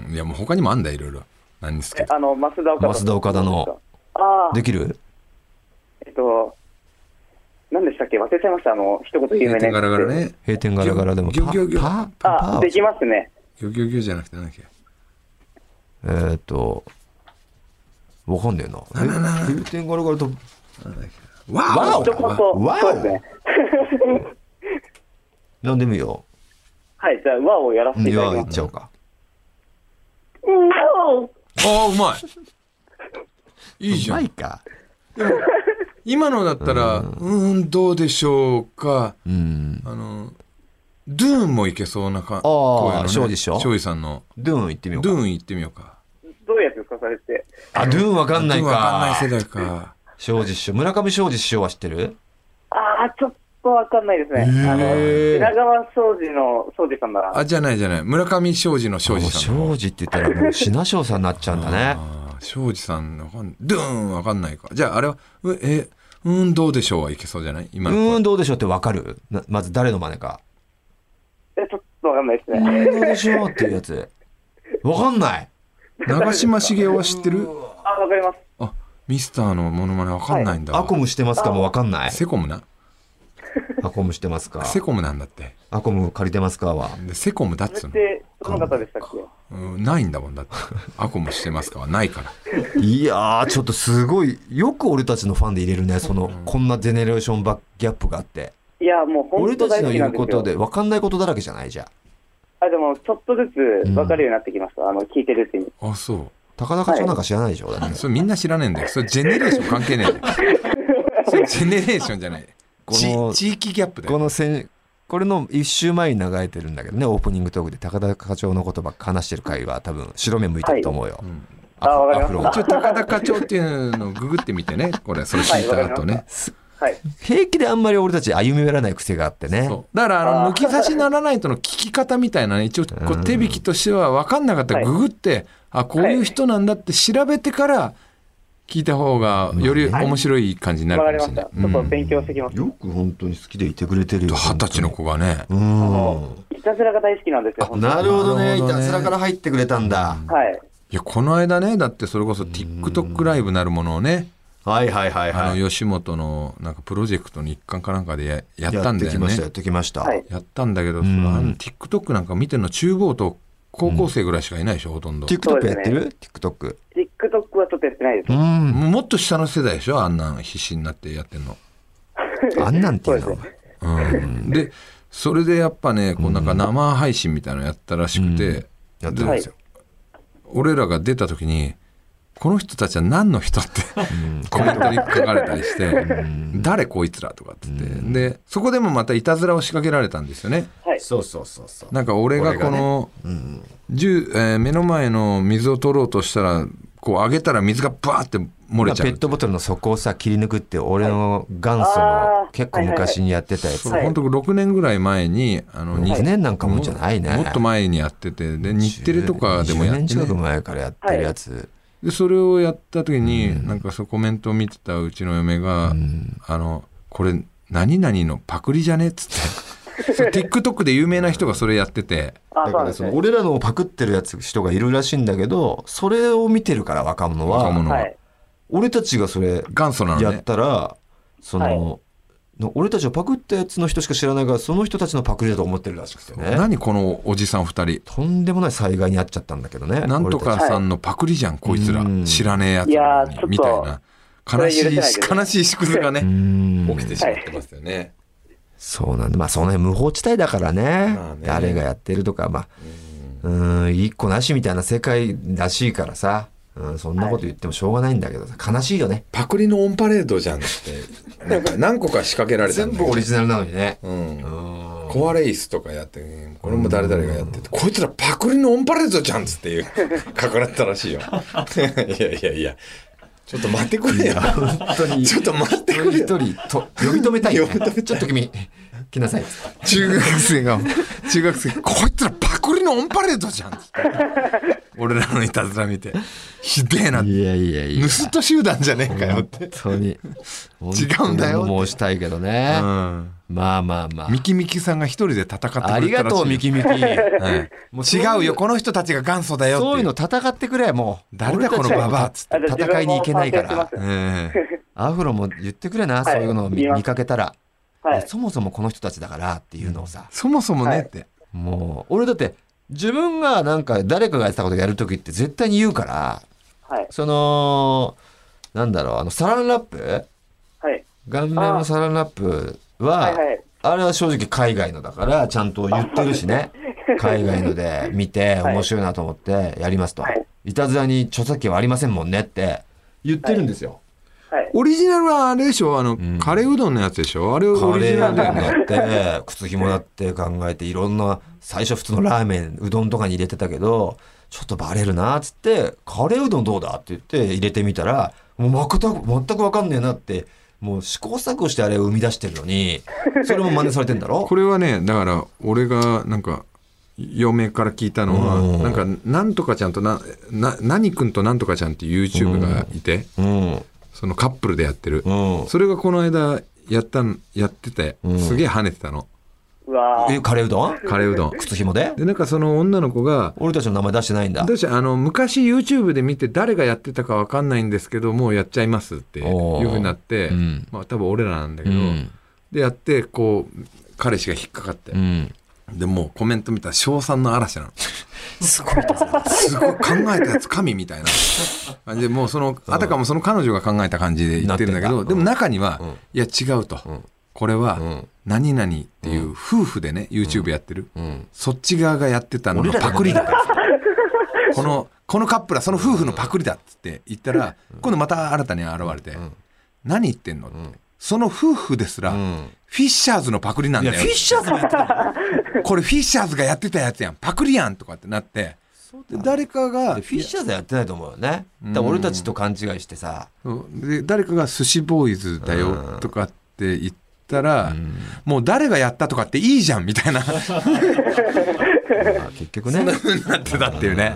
Speaker 3: ん。いや、もう他にもあんだ、いろいろ。何ですけ
Speaker 4: え
Speaker 3: ど。
Speaker 4: あの、増田岡田。
Speaker 2: 増田岡田の。
Speaker 4: ああ、
Speaker 2: できる
Speaker 4: えっと、何でしたっけ忘れちゃいました。あの、一言有
Speaker 3: 閉
Speaker 4: 名な
Speaker 3: 店
Speaker 4: やつ
Speaker 3: ガラガラ。ね。
Speaker 2: 閉店ガラガラでも
Speaker 3: ぎょぎょぎょ
Speaker 2: パパパパ
Speaker 4: あ、できますね。
Speaker 3: ギョギョギョじゃなくてなんだっけ。
Speaker 2: えーっと、わかんねえな。
Speaker 3: ななな
Speaker 2: え閉店ガラガラと、
Speaker 3: わ
Speaker 2: わお
Speaker 3: お
Speaker 4: 一言、
Speaker 2: わお
Speaker 4: そうですね。
Speaker 2: なんでもいいよ。
Speaker 4: はい、じゃあ、和をやらせてい
Speaker 2: で
Speaker 4: ただ
Speaker 2: は
Speaker 4: き
Speaker 2: 行
Speaker 4: ま
Speaker 2: っ
Speaker 4: す。
Speaker 2: ちゃおうか。
Speaker 4: 和を
Speaker 3: ああ、うまい。いいじゃ
Speaker 2: うんまい。か。
Speaker 3: 今のだったら、うーん、どうでしょうか。
Speaker 2: うん。
Speaker 3: あの、ドゥーンもいけそうなか。あ
Speaker 2: ああ庄司でしょ
Speaker 3: 庄司さんの。
Speaker 2: ドゥーン行ってみよ
Speaker 3: ド
Speaker 2: うか。
Speaker 3: ゥーン行ってみようか。
Speaker 4: どういうやつですか、それって。
Speaker 2: あ、ドゥーンわかんない
Speaker 3: ドゥーンわかんない
Speaker 2: か
Speaker 3: 世。代か。
Speaker 2: 庄司師匠、村上庄司師匠は知ってる
Speaker 4: ああ、ちょっとわかんないですね。あの、
Speaker 2: へー
Speaker 4: 品川庄司の庄司さんだな。
Speaker 3: あ、じゃないじゃない。村上庄司の
Speaker 2: も
Speaker 3: 庄
Speaker 2: う
Speaker 3: 司さんの。
Speaker 2: 庄司って言ったらもう品庄さんになっちゃうんだね。
Speaker 3: ああ庄司さんのわかん、ドゥーンわかんないか。じゃあ、あれは、うえ、うーん、どうでしょうはいけそうじゃない今
Speaker 2: う
Speaker 3: の
Speaker 2: ー
Speaker 3: 声
Speaker 2: ん、。どうでしょうってわかるなまず誰の真似か。
Speaker 4: え、ちょっとわかんないです
Speaker 2: う
Speaker 4: ね。
Speaker 2: ーん、どうでしょうっていうやつ。わかんない。
Speaker 3: 長嶋茂雄は知ってる
Speaker 4: あ、わかります。
Speaker 3: あ、ミスターのモノマネわかんないんだ。
Speaker 2: アコムしてますかもわかんない。
Speaker 3: セコムな。
Speaker 2: アコムしてますか。
Speaker 3: セコムなんだって。
Speaker 2: アコム借りてますかは。
Speaker 3: でセコムだっつ
Speaker 4: そうれっ
Speaker 3: の。
Speaker 4: て、どの方でしたっけ
Speaker 3: うんないんだもんだって。アコムしてますかはないから。
Speaker 2: いやー、ちょっとすごい、よく俺たちのファンで入れるね、その、こんなジェネレーションバックギャップがあって。
Speaker 4: いや、もう本
Speaker 2: 俺
Speaker 4: 当
Speaker 2: たち
Speaker 4: 大好
Speaker 2: の
Speaker 4: き
Speaker 2: 言
Speaker 4: なん
Speaker 2: う
Speaker 4: で
Speaker 2: こ
Speaker 4: す
Speaker 2: と
Speaker 4: よ。
Speaker 2: で、わかんないことだらけじゃないじゃん。
Speaker 4: あ、でも、ちょっとずつわかるようになってきました。あの、聞いてるうちに。
Speaker 3: あ、そ
Speaker 2: 高田課長なんか知らないでしょ、だっ
Speaker 3: う。
Speaker 2: て
Speaker 3: それみんな知らねえんだよ。それジェネレーション関係ねえんだよ。それジェネレーションじゃない。
Speaker 2: こ
Speaker 3: ち
Speaker 2: の
Speaker 3: 地域ギャップだ
Speaker 2: こ
Speaker 3: よ。
Speaker 2: の先、これの一週前に流れてるんだけどね、オープニングトークで高田課長のことばっか話してる回は多分、白目向いてると思うよ。
Speaker 3: ん
Speaker 2: アフ
Speaker 4: あわかりま
Speaker 2: アフ
Speaker 4: した
Speaker 2: ロ
Speaker 3: 一応、高田課長っていうのをググってみてね。これ、それ聞いた後ね。
Speaker 4: はい。
Speaker 2: 平気であんまり俺たち歩み寄らない癖があってね。
Speaker 3: そうだからあの
Speaker 4: あー
Speaker 3: 抜き差しならないとの聞き方みたいなね一応こう手引きとしては分かんなかったら
Speaker 4: はい
Speaker 3: ググってあこういう人なんだって調べてから聞いた方がより面白い感じになる
Speaker 4: わ
Speaker 3: か
Speaker 4: か
Speaker 3: も
Speaker 4: り
Speaker 3: し
Speaker 4: ま
Speaker 3: れ
Speaker 4: し
Speaker 3: ない
Speaker 4: た。ち。ょっと勉強してきます。
Speaker 2: よく本当に好きでいてくれてるよ。
Speaker 3: 二十歳の
Speaker 2: 本
Speaker 3: 子がね
Speaker 2: 当に。う
Speaker 4: あ
Speaker 2: ーん
Speaker 4: の。、いたずらが大好きなんですよ、
Speaker 2: あ
Speaker 4: 本当に
Speaker 2: なるほど
Speaker 3: な
Speaker 2: ね。
Speaker 3: る
Speaker 2: い
Speaker 3: ほどね
Speaker 2: たずらから入ってくれたんだ。
Speaker 4: はい。
Speaker 3: いやこの間ねだってそれこそ TikTok ライブなるものをね
Speaker 2: はいはいはい
Speaker 3: あ
Speaker 2: はい。
Speaker 3: の吉本のなんかプロジェクトの一環かなんかでややった
Speaker 2: や
Speaker 3: ん
Speaker 2: っ
Speaker 3: だ
Speaker 2: て
Speaker 3: よ
Speaker 2: きま
Speaker 3: ね
Speaker 2: した、やってきました。
Speaker 4: はい
Speaker 3: やったんだけどそ
Speaker 2: ん
Speaker 3: のあの TikTok なんか見てるの厨房と高校生ぐらいしかいないでしょほとんど
Speaker 2: TikTok やってる、?TikTok。
Speaker 4: TikTok はちょっとやってないです
Speaker 2: う。 ん。
Speaker 3: もうもっと下の世代でしょあんなん必死になってやってんの。
Speaker 2: あんなんていう
Speaker 4: そう
Speaker 2: の
Speaker 4: で
Speaker 3: うん、でそれでやっぱねこうなんか生配信みたいなのやったらしくて、
Speaker 2: やってるんですよ。
Speaker 3: 俺らが出た時にこの人たちは何の人ってコメントに書かれたりして「誰こいつら」とかっつってでそこでもまたいたずらを仕掛けられたんですよね。
Speaker 4: はい。
Speaker 2: そうそうそうそう。
Speaker 3: なんか俺がこの銃えー目の前の水を取ろうとしたらこう上げたら水がバーって漏
Speaker 2: ペ
Speaker 3: れちゃう
Speaker 2: ットボトルの底をさ切り抜くって俺の元祖の
Speaker 4: あー
Speaker 2: 結構昔にやってたやつ、
Speaker 3: そう
Speaker 4: はい
Speaker 3: 本当6年ぐらい前にあの
Speaker 2: 20年なんかもんじゃないね、
Speaker 3: もっと前にやっててで日テレとかでもやっ
Speaker 2: 10年
Speaker 3: て、ね
Speaker 2: 近く前からやってるやつ、
Speaker 3: でそれをやった時に、なんかそうコメントを見てたうちの嫁が「あのこれ何々のパクリじゃね?」っ つってそう TikTok で有名な人がそれやってて
Speaker 2: だ
Speaker 4: あ、そ
Speaker 2: か
Speaker 4: うな
Speaker 2: ら
Speaker 4: んです
Speaker 2: その
Speaker 4: ね。
Speaker 2: 俺らのをパクってるやつ人がいるらしいんだけどそれを見てるから若者は
Speaker 3: 若者は
Speaker 4: はい。
Speaker 2: 俺たちがそれ
Speaker 3: 元祖なの
Speaker 2: や
Speaker 3: ね
Speaker 2: ったらその、の俺たちをパクったやつの人しか知らないからその人たちのパクリだと思ってるらしくてね
Speaker 3: 何このおじさん2人
Speaker 2: とんでもない災害に遭っちゃったんだけどね
Speaker 3: なんと
Speaker 2: 俺
Speaker 3: か
Speaker 2: たち
Speaker 3: さんのパクリじゃん、こいつら
Speaker 2: うん
Speaker 3: 知らねえやつ
Speaker 4: いや
Speaker 3: ら
Speaker 4: ーちょっと
Speaker 3: みたいな
Speaker 4: それ
Speaker 3: 悲しい
Speaker 4: 許せないですね
Speaker 3: 悲しい縮図が
Speaker 2: う
Speaker 3: ね
Speaker 2: ん
Speaker 3: 起きてしまってますよね、
Speaker 2: そうなんで、まあその辺無法地帯だからね。
Speaker 3: まあね
Speaker 2: 誰がやってるとか、まあ、うーん、一個なしみたいな世界らしいからさ、うん、そんなこと言ってもしょうがないんだけどさ、悲しいよね。
Speaker 3: パクリのオンパレードじゃんってなん か何個か仕掛けられたん
Speaker 2: 全
Speaker 3: だ
Speaker 2: 部オリジナルなのにね。
Speaker 3: うんコアレイスとかやってこれも誰々がやっててこいつらパクリのオンパレードじゃんっつっていう 書かれてたらしいよ いやいやいやちょっと待ってく れよ
Speaker 2: 本当に、
Speaker 3: ちょっと待って
Speaker 2: 一
Speaker 3: く
Speaker 2: 人
Speaker 3: れよ
Speaker 2: 一人と、呼び止めたい、ね。
Speaker 3: 呼び止めたい
Speaker 2: ちょっと君、来なさい。
Speaker 3: 中学生が中学生こいつらパクリのオンパレードじゃんっつって俺らのいたずら見て。ひでえな。盗
Speaker 2: いやいやいや。
Speaker 3: 人集団じゃねえかよっ
Speaker 2: 本
Speaker 3: て。
Speaker 2: 当に。
Speaker 3: 違うんだよっ
Speaker 2: 本当
Speaker 3: て
Speaker 2: に申したいけどね。
Speaker 3: うん。
Speaker 2: まあまあまあ。
Speaker 3: ミキミキさんが一人で戦ってくれたらしい。
Speaker 2: ありがとう、ミキミキ。
Speaker 3: はい。
Speaker 2: もう
Speaker 3: 違うよ、この人たちが元祖だよって。
Speaker 2: そういうの戦ってくれ、もう。
Speaker 3: 誰
Speaker 2: 俺
Speaker 3: だ
Speaker 2: たち
Speaker 3: このババアっつって
Speaker 4: あじゃあ自分も
Speaker 2: 戦いに行けないか
Speaker 4: 参戦
Speaker 2: ら
Speaker 4: し。ます
Speaker 3: ええ
Speaker 2: アフロも言ってくれな、
Speaker 4: はい
Speaker 2: そういうのを見
Speaker 4: 言います
Speaker 2: 見かけたら。
Speaker 4: はい
Speaker 2: いやそもそもこの人たちだからっていうのをさ。
Speaker 3: そもそもねって。
Speaker 2: もう、俺だって、自分がなんか誰かがやってたことやるときって絶対に言うから、
Speaker 4: はい
Speaker 2: その、なんだろう、あの、サランラップ
Speaker 4: はい
Speaker 2: 顔面のサランラップは、
Speaker 4: はいはい
Speaker 2: あれは正直海外のだから、ちゃんと言ってるしね。 海外ので見て、
Speaker 4: はい
Speaker 2: 面白いなと思って、やりますと。
Speaker 4: はい
Speaker 2: い、たずらに著作権はありませんもんねって言ってるんですよ。
Speaker 4: はい
Speaker 3: オリジナルはあれでしょあの
Speaker 2: ん、
Speaker 3: カレーうどんのやつでしょあれオ
Speaker 2: カ
Speaker 3: リ
Speaker 2: レ
Speaker 3: ジナ
Speaker 2: ーう
Speaker 3: ル
Speaker 2: ど
Speaker 3: だよ
Speaker 2: ん
Speaker 3: ね。
Speaker 2: だって、靴紐だって考えて、いろんな、最初普通のラーメン、うどんとかに入れてたけど、ちょっとバレるな、つって、カレーうどんどうだって言って入れてみたら、もう全く、全くわかんねえなって、もう試行錯誤してあれを生み出してるのに、それも真似されてんだろ
Speaker 3: これはね、だから、俺が、なんか、嫁から聞いたの
Speaker 2: うん
Speaker 3: は、なんか、なんとかちゃんとな、な、何くんとなんとかちゃんって YouTube がいて、
Speaker 2: うん。
Speaker 3: そのカップルでやってる。
Speaker 2: うん。
Speaker 3: それがこの間、やったん、やってて、すげえ跳ねてたの。
Speaker 4: うわー
Speaker 2: え、カレーうどん
Speaker 3: カレーうどん。
Speaker 2: 靴紐で
Speaker 3: で、なんかその女の子が、
Speaker 2: 俺たちの名前出してないんだ。
Speaker 3: 私あの昔 YouTube で見て誰がやってたかわかんないんですけどもうやっちゃいますっていう
Speaker 2: おー
Speaker 3: ふうになって、
Speaker 2: うん
Speaker 3: まあ、多分俺らなんだけ
Speaker 2: う
Speaker 3: ど、
Speaker 2: ん。
Speaker 3: でやってこう彼氏が引っかかって、
Speaker 2: うん。
Speaker 3: でもうコメント見たら称賛の嵐なの
Speaker 2: すごいですね。
Speaker 3: すごい考えたやつ神みたいな感じでもうそのあたかもその彼女が考えた感じで言ってるんだけど
Speaker 2: なってんだ
Speaker 3: でも中には、
Speaker 2: うん
Speaker 3: いや違うと、
Speaker 2: ん
Speaker 3: これは、
Speaker 2: うん
Speaker 3: 何々っていう夫婦でね YouTube やってる、
Speaker 2: うん。
Speaker 3: そっち側がやってたの
Speaker 2: 俺
Speaker 3: が
Speaker 2: ら
Speaker 3: パク リだこの、このカップルはその夫婦のパクリだっつって言ったら、今度また新たに現れて、何言ってんのって。その夫婦ですら、
Speaker 2: ん
Speaker 3: フィッシャーズのパクリなん
Speaker 2: いや、
Speaker 3: だ
Speaker 2: フィ
Speaker 3: よ
Speaker 2: ッ。シャーズもやってたの
Speaker 3: これフィッシャーズがやってたやつやん。パクリやんとかってなって、で誰かが、
Speaker 2: でフィッシャーズはやってないと思うよね。だから俺たちと勘違いしてさ。
Speaker 3: うんで誰かが寿司ボーイズだよとかって言ったら、もう誰がやったとかっていいじゃんみたいな、そ
Speaker 2: まあ結局ね。
Speaker 3: んな風になってたっていうね。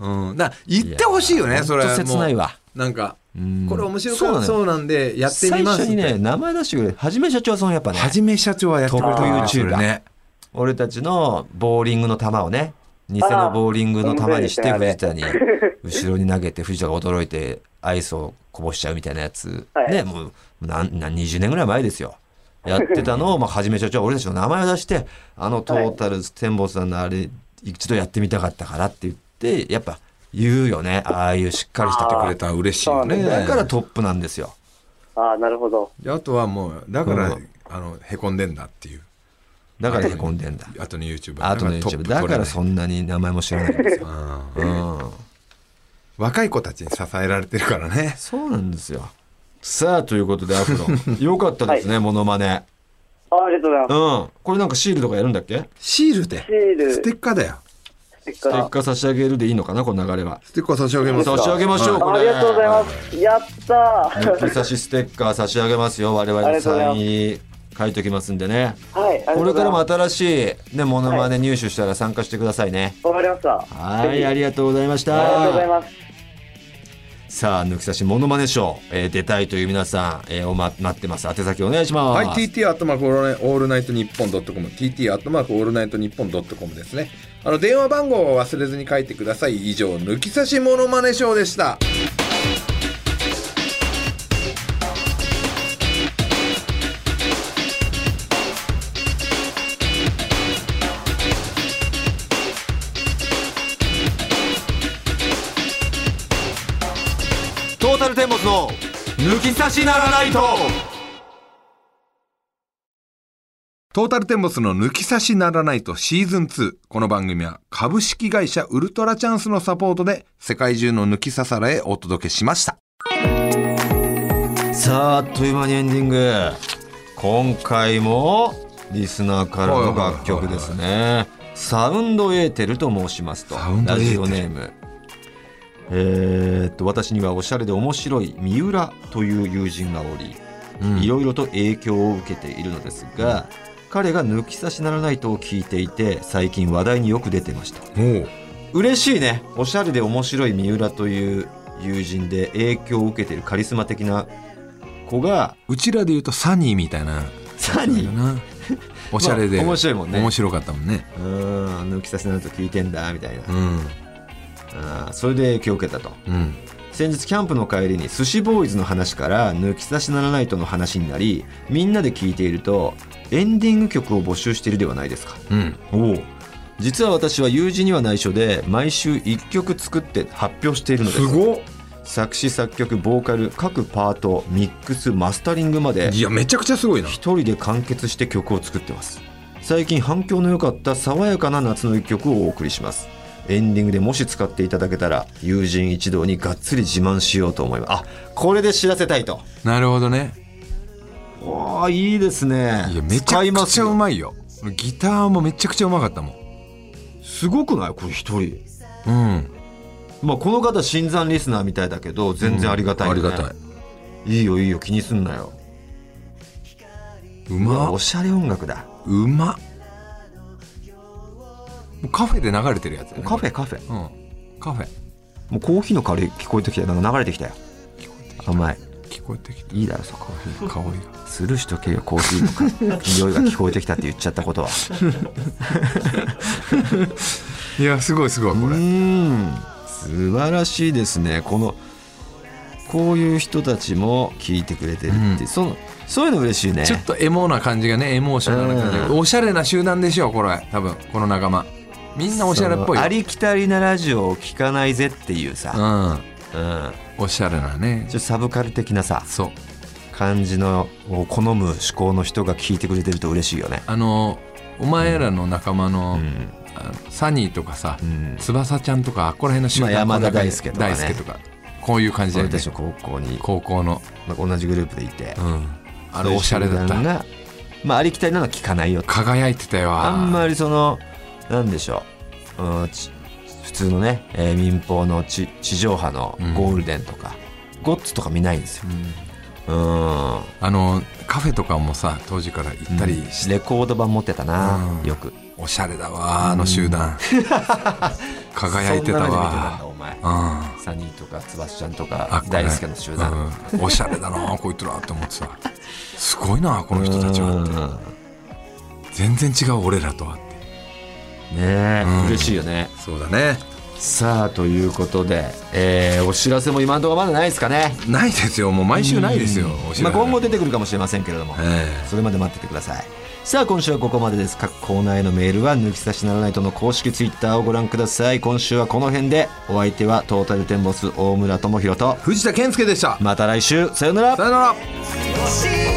Speaker 3: うん。だから言ってほしいよ
Speaker 2: い
Speaker 3: ね、
Speaker 2: や
Speaker 3: それはもう。
Speaker 2: ほんと切ないわ
Speaker 3: なんか、
Speaker 2: うん
Speaker 3: これ面白
Speaker 2: そうなの
Speaker 3: かっ
Speaker 2: よ
Speaker 3: そうなんで、やってみ
Speaker 2: 最
Speaker 3: ます
Speaker 2: 初
Speaker 3: って。
Speaker 2: にね、名前出してくれ。はじめ社長さんやっぱね、
Speaker 3: はじめ社長はやってくれた
Speaker 2: トップ YouTuber
Speaker 3: ね。
Speaker 2: 俺たちのボーリングの球をね、偽のボーリングの球にして
Speaker 4: あー
Speaker 2: 藤田に、 後ろに投げて藤田が驚いてアイスをこぼしちゃうみたいなやつ
Speaker 4: は、い
Speaker 2: ね、もうなんなん20年ぐらい前ですよ。やってた のを、まあ、はじめ社長、俺たちの名前を出して、あのトータル展望さんのあれ、一度やってみたかったからって言って、やっぱ言うよね。ああいうしっかりしたとこ
Speaker 3: く
Speaker 2: ろ
Speaker 3: れたら嬉しいよね。
Speaker 4: そう
Speaker 2: だか
Speaker 3: から
Speaker 2: トップなんですよ。
Speaker 4: ああなるほど
Speaker 3: ら、あとはもう、だから
Speaker 2: うん、
Speaker 3: あの、へこんでんだっていう。
Speaker 2: だから凹んでん だ。
Speaker 3: あとの YouTuber。
Speaker 2: アートの YouTube。だからそ
Speaker 3: ん
Speaker 2: んなに名前も知らないんですよ。うん。
Speaker 3: 若い子たちに支えられてるからね。
Speaker 2: そうなんですよ。さあ、ということで、アフ ロ。よかったですね、モノマネ。
Speaker 4: あーありがとうございま
Speaker 2: う
Speaker 4: す
Speaker 2: ん。これなんかシールとかやるんだっけ
Speaker 3: シールで
Speaker 4: シ。ール
Speaker 3: ステッカーだよ。
Speaker 4: ステ
Speaker 2: ステ
Speaker 4: ッカ
Speaker 2: ッ
Speaker 4: ー
Speaker 2: カー差し上げるでいいのかな、この流れは。
Speaker 3: ステッカー差し上げます
Speaker 2: 差し上げましょう、
Speaker 3: は
Speaker 2: これ。
Speaker 4: あありがとうございますやったー
Speaker 2: 抜き差しステッカー差し上げますよ。我々
Speaker 4: あり
Speaker 2: の
Speaker 4: がとうござい
Speaker 2: サ
Speaker 4: ます
Speaker 2: イン書いときますんでね。
Speaker 4: はいありがと
Speaker 2: こ
Speaker 4: うご
Speaker 2: れ
Speaker 4: ざ
Speaker 2: か
Speaker 4: い
Speaker 2: らも
Speaker 4: ます
Speaker 2: 新しいね、モノマネ入手したら参加してくださいね。
Speaker 4: わかりました
Speaker 2: は
Speaker 4: ぜ
Speaker 2: い、
Speaker 4: ひ
Speaker 2: ありがとうございました。
Speaker 4: ありがとうございます
Speaker 2: さあ、抜き差しモノマネショー、えー出たいという皆さん、えーおま、待ってます。宛先お願いします。
Speaker 3: い、TT アットマークオールナイトニッポンドットコム、TT アットマークオールナイトニッポンドットコムですね。あの、電話番号を忘れずに書いてください。以上、抜き差しモノマネショーでした。
Speaker 2: トータルテンボスの抜き差しならないと
Speaker 3: トータルテンボスの抜き差しならないとシーズン2。この番組は株式会社ウルトラチャンスのサポートで世界中の抜き差さらへお届けしました。
Speaker 2: さあ、あっという間にエンディング。今回もリスナーからの楽曲ですね。サウンドエーテルと申しますと。
Speaker 3: サウンドエ
Speaker 2: ラ
Speaker 3: ーテル
Speaker 2: ジオネーム。えーっと私にはおしゃれで面白い三浦という友人がおり、いろいろと影響を受けているのですが、彼が抜き差しならないとを聞いていて最近話題によく出てました
Speaker 3: もう、
Speaker 2: 嬉しいねおしゃれで面白い三浦という友人で影響を受けてるカリスマ的な子が
Speaker 3: うちらで言うとサニーみたいな
Speaker 2: サニー
Speaker 3: な おしゃれで、
Speaker 2: まあ面白いもんね
Speaker 3: 面白かったもんね
Speaker 2: うーん抜き差しなると聞いてんだみたいな
Speaker 3: うん
Speaker 2: あーそれで影響を受けたと
Speaker 3: うん
Speaker 2: 先日キャンプの帰りに寿司ボーイズの話から抜き差しならないとの話になりみんなで聞いているとエンディング曲を募集しているではないですか
Speaker 3: うん
Speaker 2: おお実は私は友人には内緒で毎週1曲作って発表しているのです
Speaker 3: ごっ
Speaker 2: 作詞作曲ボーカル各パートミックスマスタリングまで
Speaker 3: いやめちゃくちゃすごいな
Speaker 2: 一人で完結して曲を作ってます最近反響の良かった爽やかな夏の一曲をお送りしますエンディングでもし使っていただけたら友人一同にがっつり自慢しようと思いますあこれで知らせたいと
Speaker 3: なるほどね
Speaker 2: わあいいですね
Speaker 3: いやめちゃ
Speaker 2: 使いま
Speaker 3: く
Speaker 2: す
Speaker 3: ちゃう
Speaker 2: よ
Speaker 3: まいよギターもめちゃくちゃうまかったも
Speaker 2: すごくないこれ一人
Speaker 3: んうん
Speaker 2: まあこの方新参リスナーみたいだけど全然ありがたい、ね
Speaker 3: ありがたい
Speaker 2: いいよいいよ気にすんなよ
Speaker 3: う
Speaker 2: うわ
Speaker 3: ま
Speaker 2: おしゃれ音楽だ
Speaker 3: うまもうカフェで流れてるやつ、ね、
Speaker 2: カフェカフェ
Speaker 3: うんカフェ
Speaker 2: もうコーヒーの香り聞こえてきたよなんか流れてきたよ
Speaker 3: 聞こえてき
Speaker 2: 甘い
Speaker 3: 聞こえてきた
Speaker 2: いいだろそこ
Speaker 3: いい香りが
Speaker 2: スルーしとけよコーヒー の香匂いが聞こえてきたって言っちゃったことは
Speaker 3: いやすごいすごいこ
Speaker 2: う
Speaker 3: れ
Speaker 2: ん素晴らしいですねこのこういう人たちも聞いてくれてるって、
Speaker 3: うん
Speaker 2: そのそういうの嬉しいね
Speaker 3: ちょっとエモな感じがねエモーショナルな感じ
Speaker 2: う
Speaker 3: がおしゃれな集団でしょうこれ多分この仲間みんなおしゃれっぽ
Speaker 2: その
Speaker 3: いよ
Speaker 2: ありきたりなラジオを聞かないぜっていう
Speaker 3: う
Speaker 2: さ、
Speaker 3: ん
Speaker 2: うん、
Speaker 3: おしゃれなね
Speaker 2: ちょっとサブカル的なさ
Speaker 3: そう
Speaker 2: 感じのを好む思考の人が聞いてくれてると嬉しいよね。
Speaker 3: あのお前らの仲間の,、
Speaker 2: うん
Speaker 3: あのサニーとかさ、
Speaker 2: うん
Speaker 3: 翼ちゃんとかあここら辺の集団
Speaker 2: まあ
Speaker 3: こん
Speaker 2: 山田
Speaker 3: な感
Speaker 2: 大
Speaker 3: じ
Speaker 2: 輔とかね
Speaker 3: 大輔とかこういう感じだよ
Speaker 2: 俺
Speaker 3: ね
Speaker 2: たちの高校に
Speaker 3: 高校の、
Speaker 2: なんか同じグループでいて
Speaker 3: う、ん、あれおしゃれだっ
Speaker 2: そういう集団
Speaker 3: た
Speaker 2: が、まあ、ありきたりなのは聞かないよ
Speaker 3: 輝いてたよ
Speaker 2: あんま
Speaker 3: り
Speaker 2: りそのなんでしょう、うん、ち普通のね、えー民放のち地上波のゴールデンとか、ゴッツとか見ないんですよ。うん
Speaker 3: あのカフェとかもさ当時から行ったりして、
Speaker 2: レコード版持ってたな、
Speaker 3: うん
Speaker 2: よく
Speaker 3: おしゃれだわあの集団 輝いてた
Speaker 2: そんな目で見てたんだ
Speaker 3: わ
Speaker 2: お前
Speaker 3: うん
Speaker 2: サニーとか翼ちゃんと
Speaker 3: あ
Speaker 2: か
Speaker 3: これ
Speaker 2: 大好きな集団
Speaker 3: うんおしゃれだなこいつらって思ってたすごいなこの人たちはって全然違う俺らとはって
Speaker 2: うんねえ、
Speaker 3: うん
Speaker 2: 嬉しいよね
Speaker 3: そうだね
Speaker 2: さあということで、えーお知らせも今のところまだないですかね
Speaker 3: ないですよもう毎週ないですよお知
Speaker 2: まあ、
Speaker 3: らせ
Speaker 2: 今後出てくるかもしれませんけれども、
Speaker 3: え
Speaker 2: それまで待っててくださいさあ今週はここまでです各コーナーへのメールは抜き差しならないとの公式ツイッターをご覧ください今週はこの辺でお相手はトータルテンボス大村智広と
Speaker 3: え藤田健介でした
Speaker 2: また来週さようなら
Speaker 3: さよなら
Speaker 5: 「教えて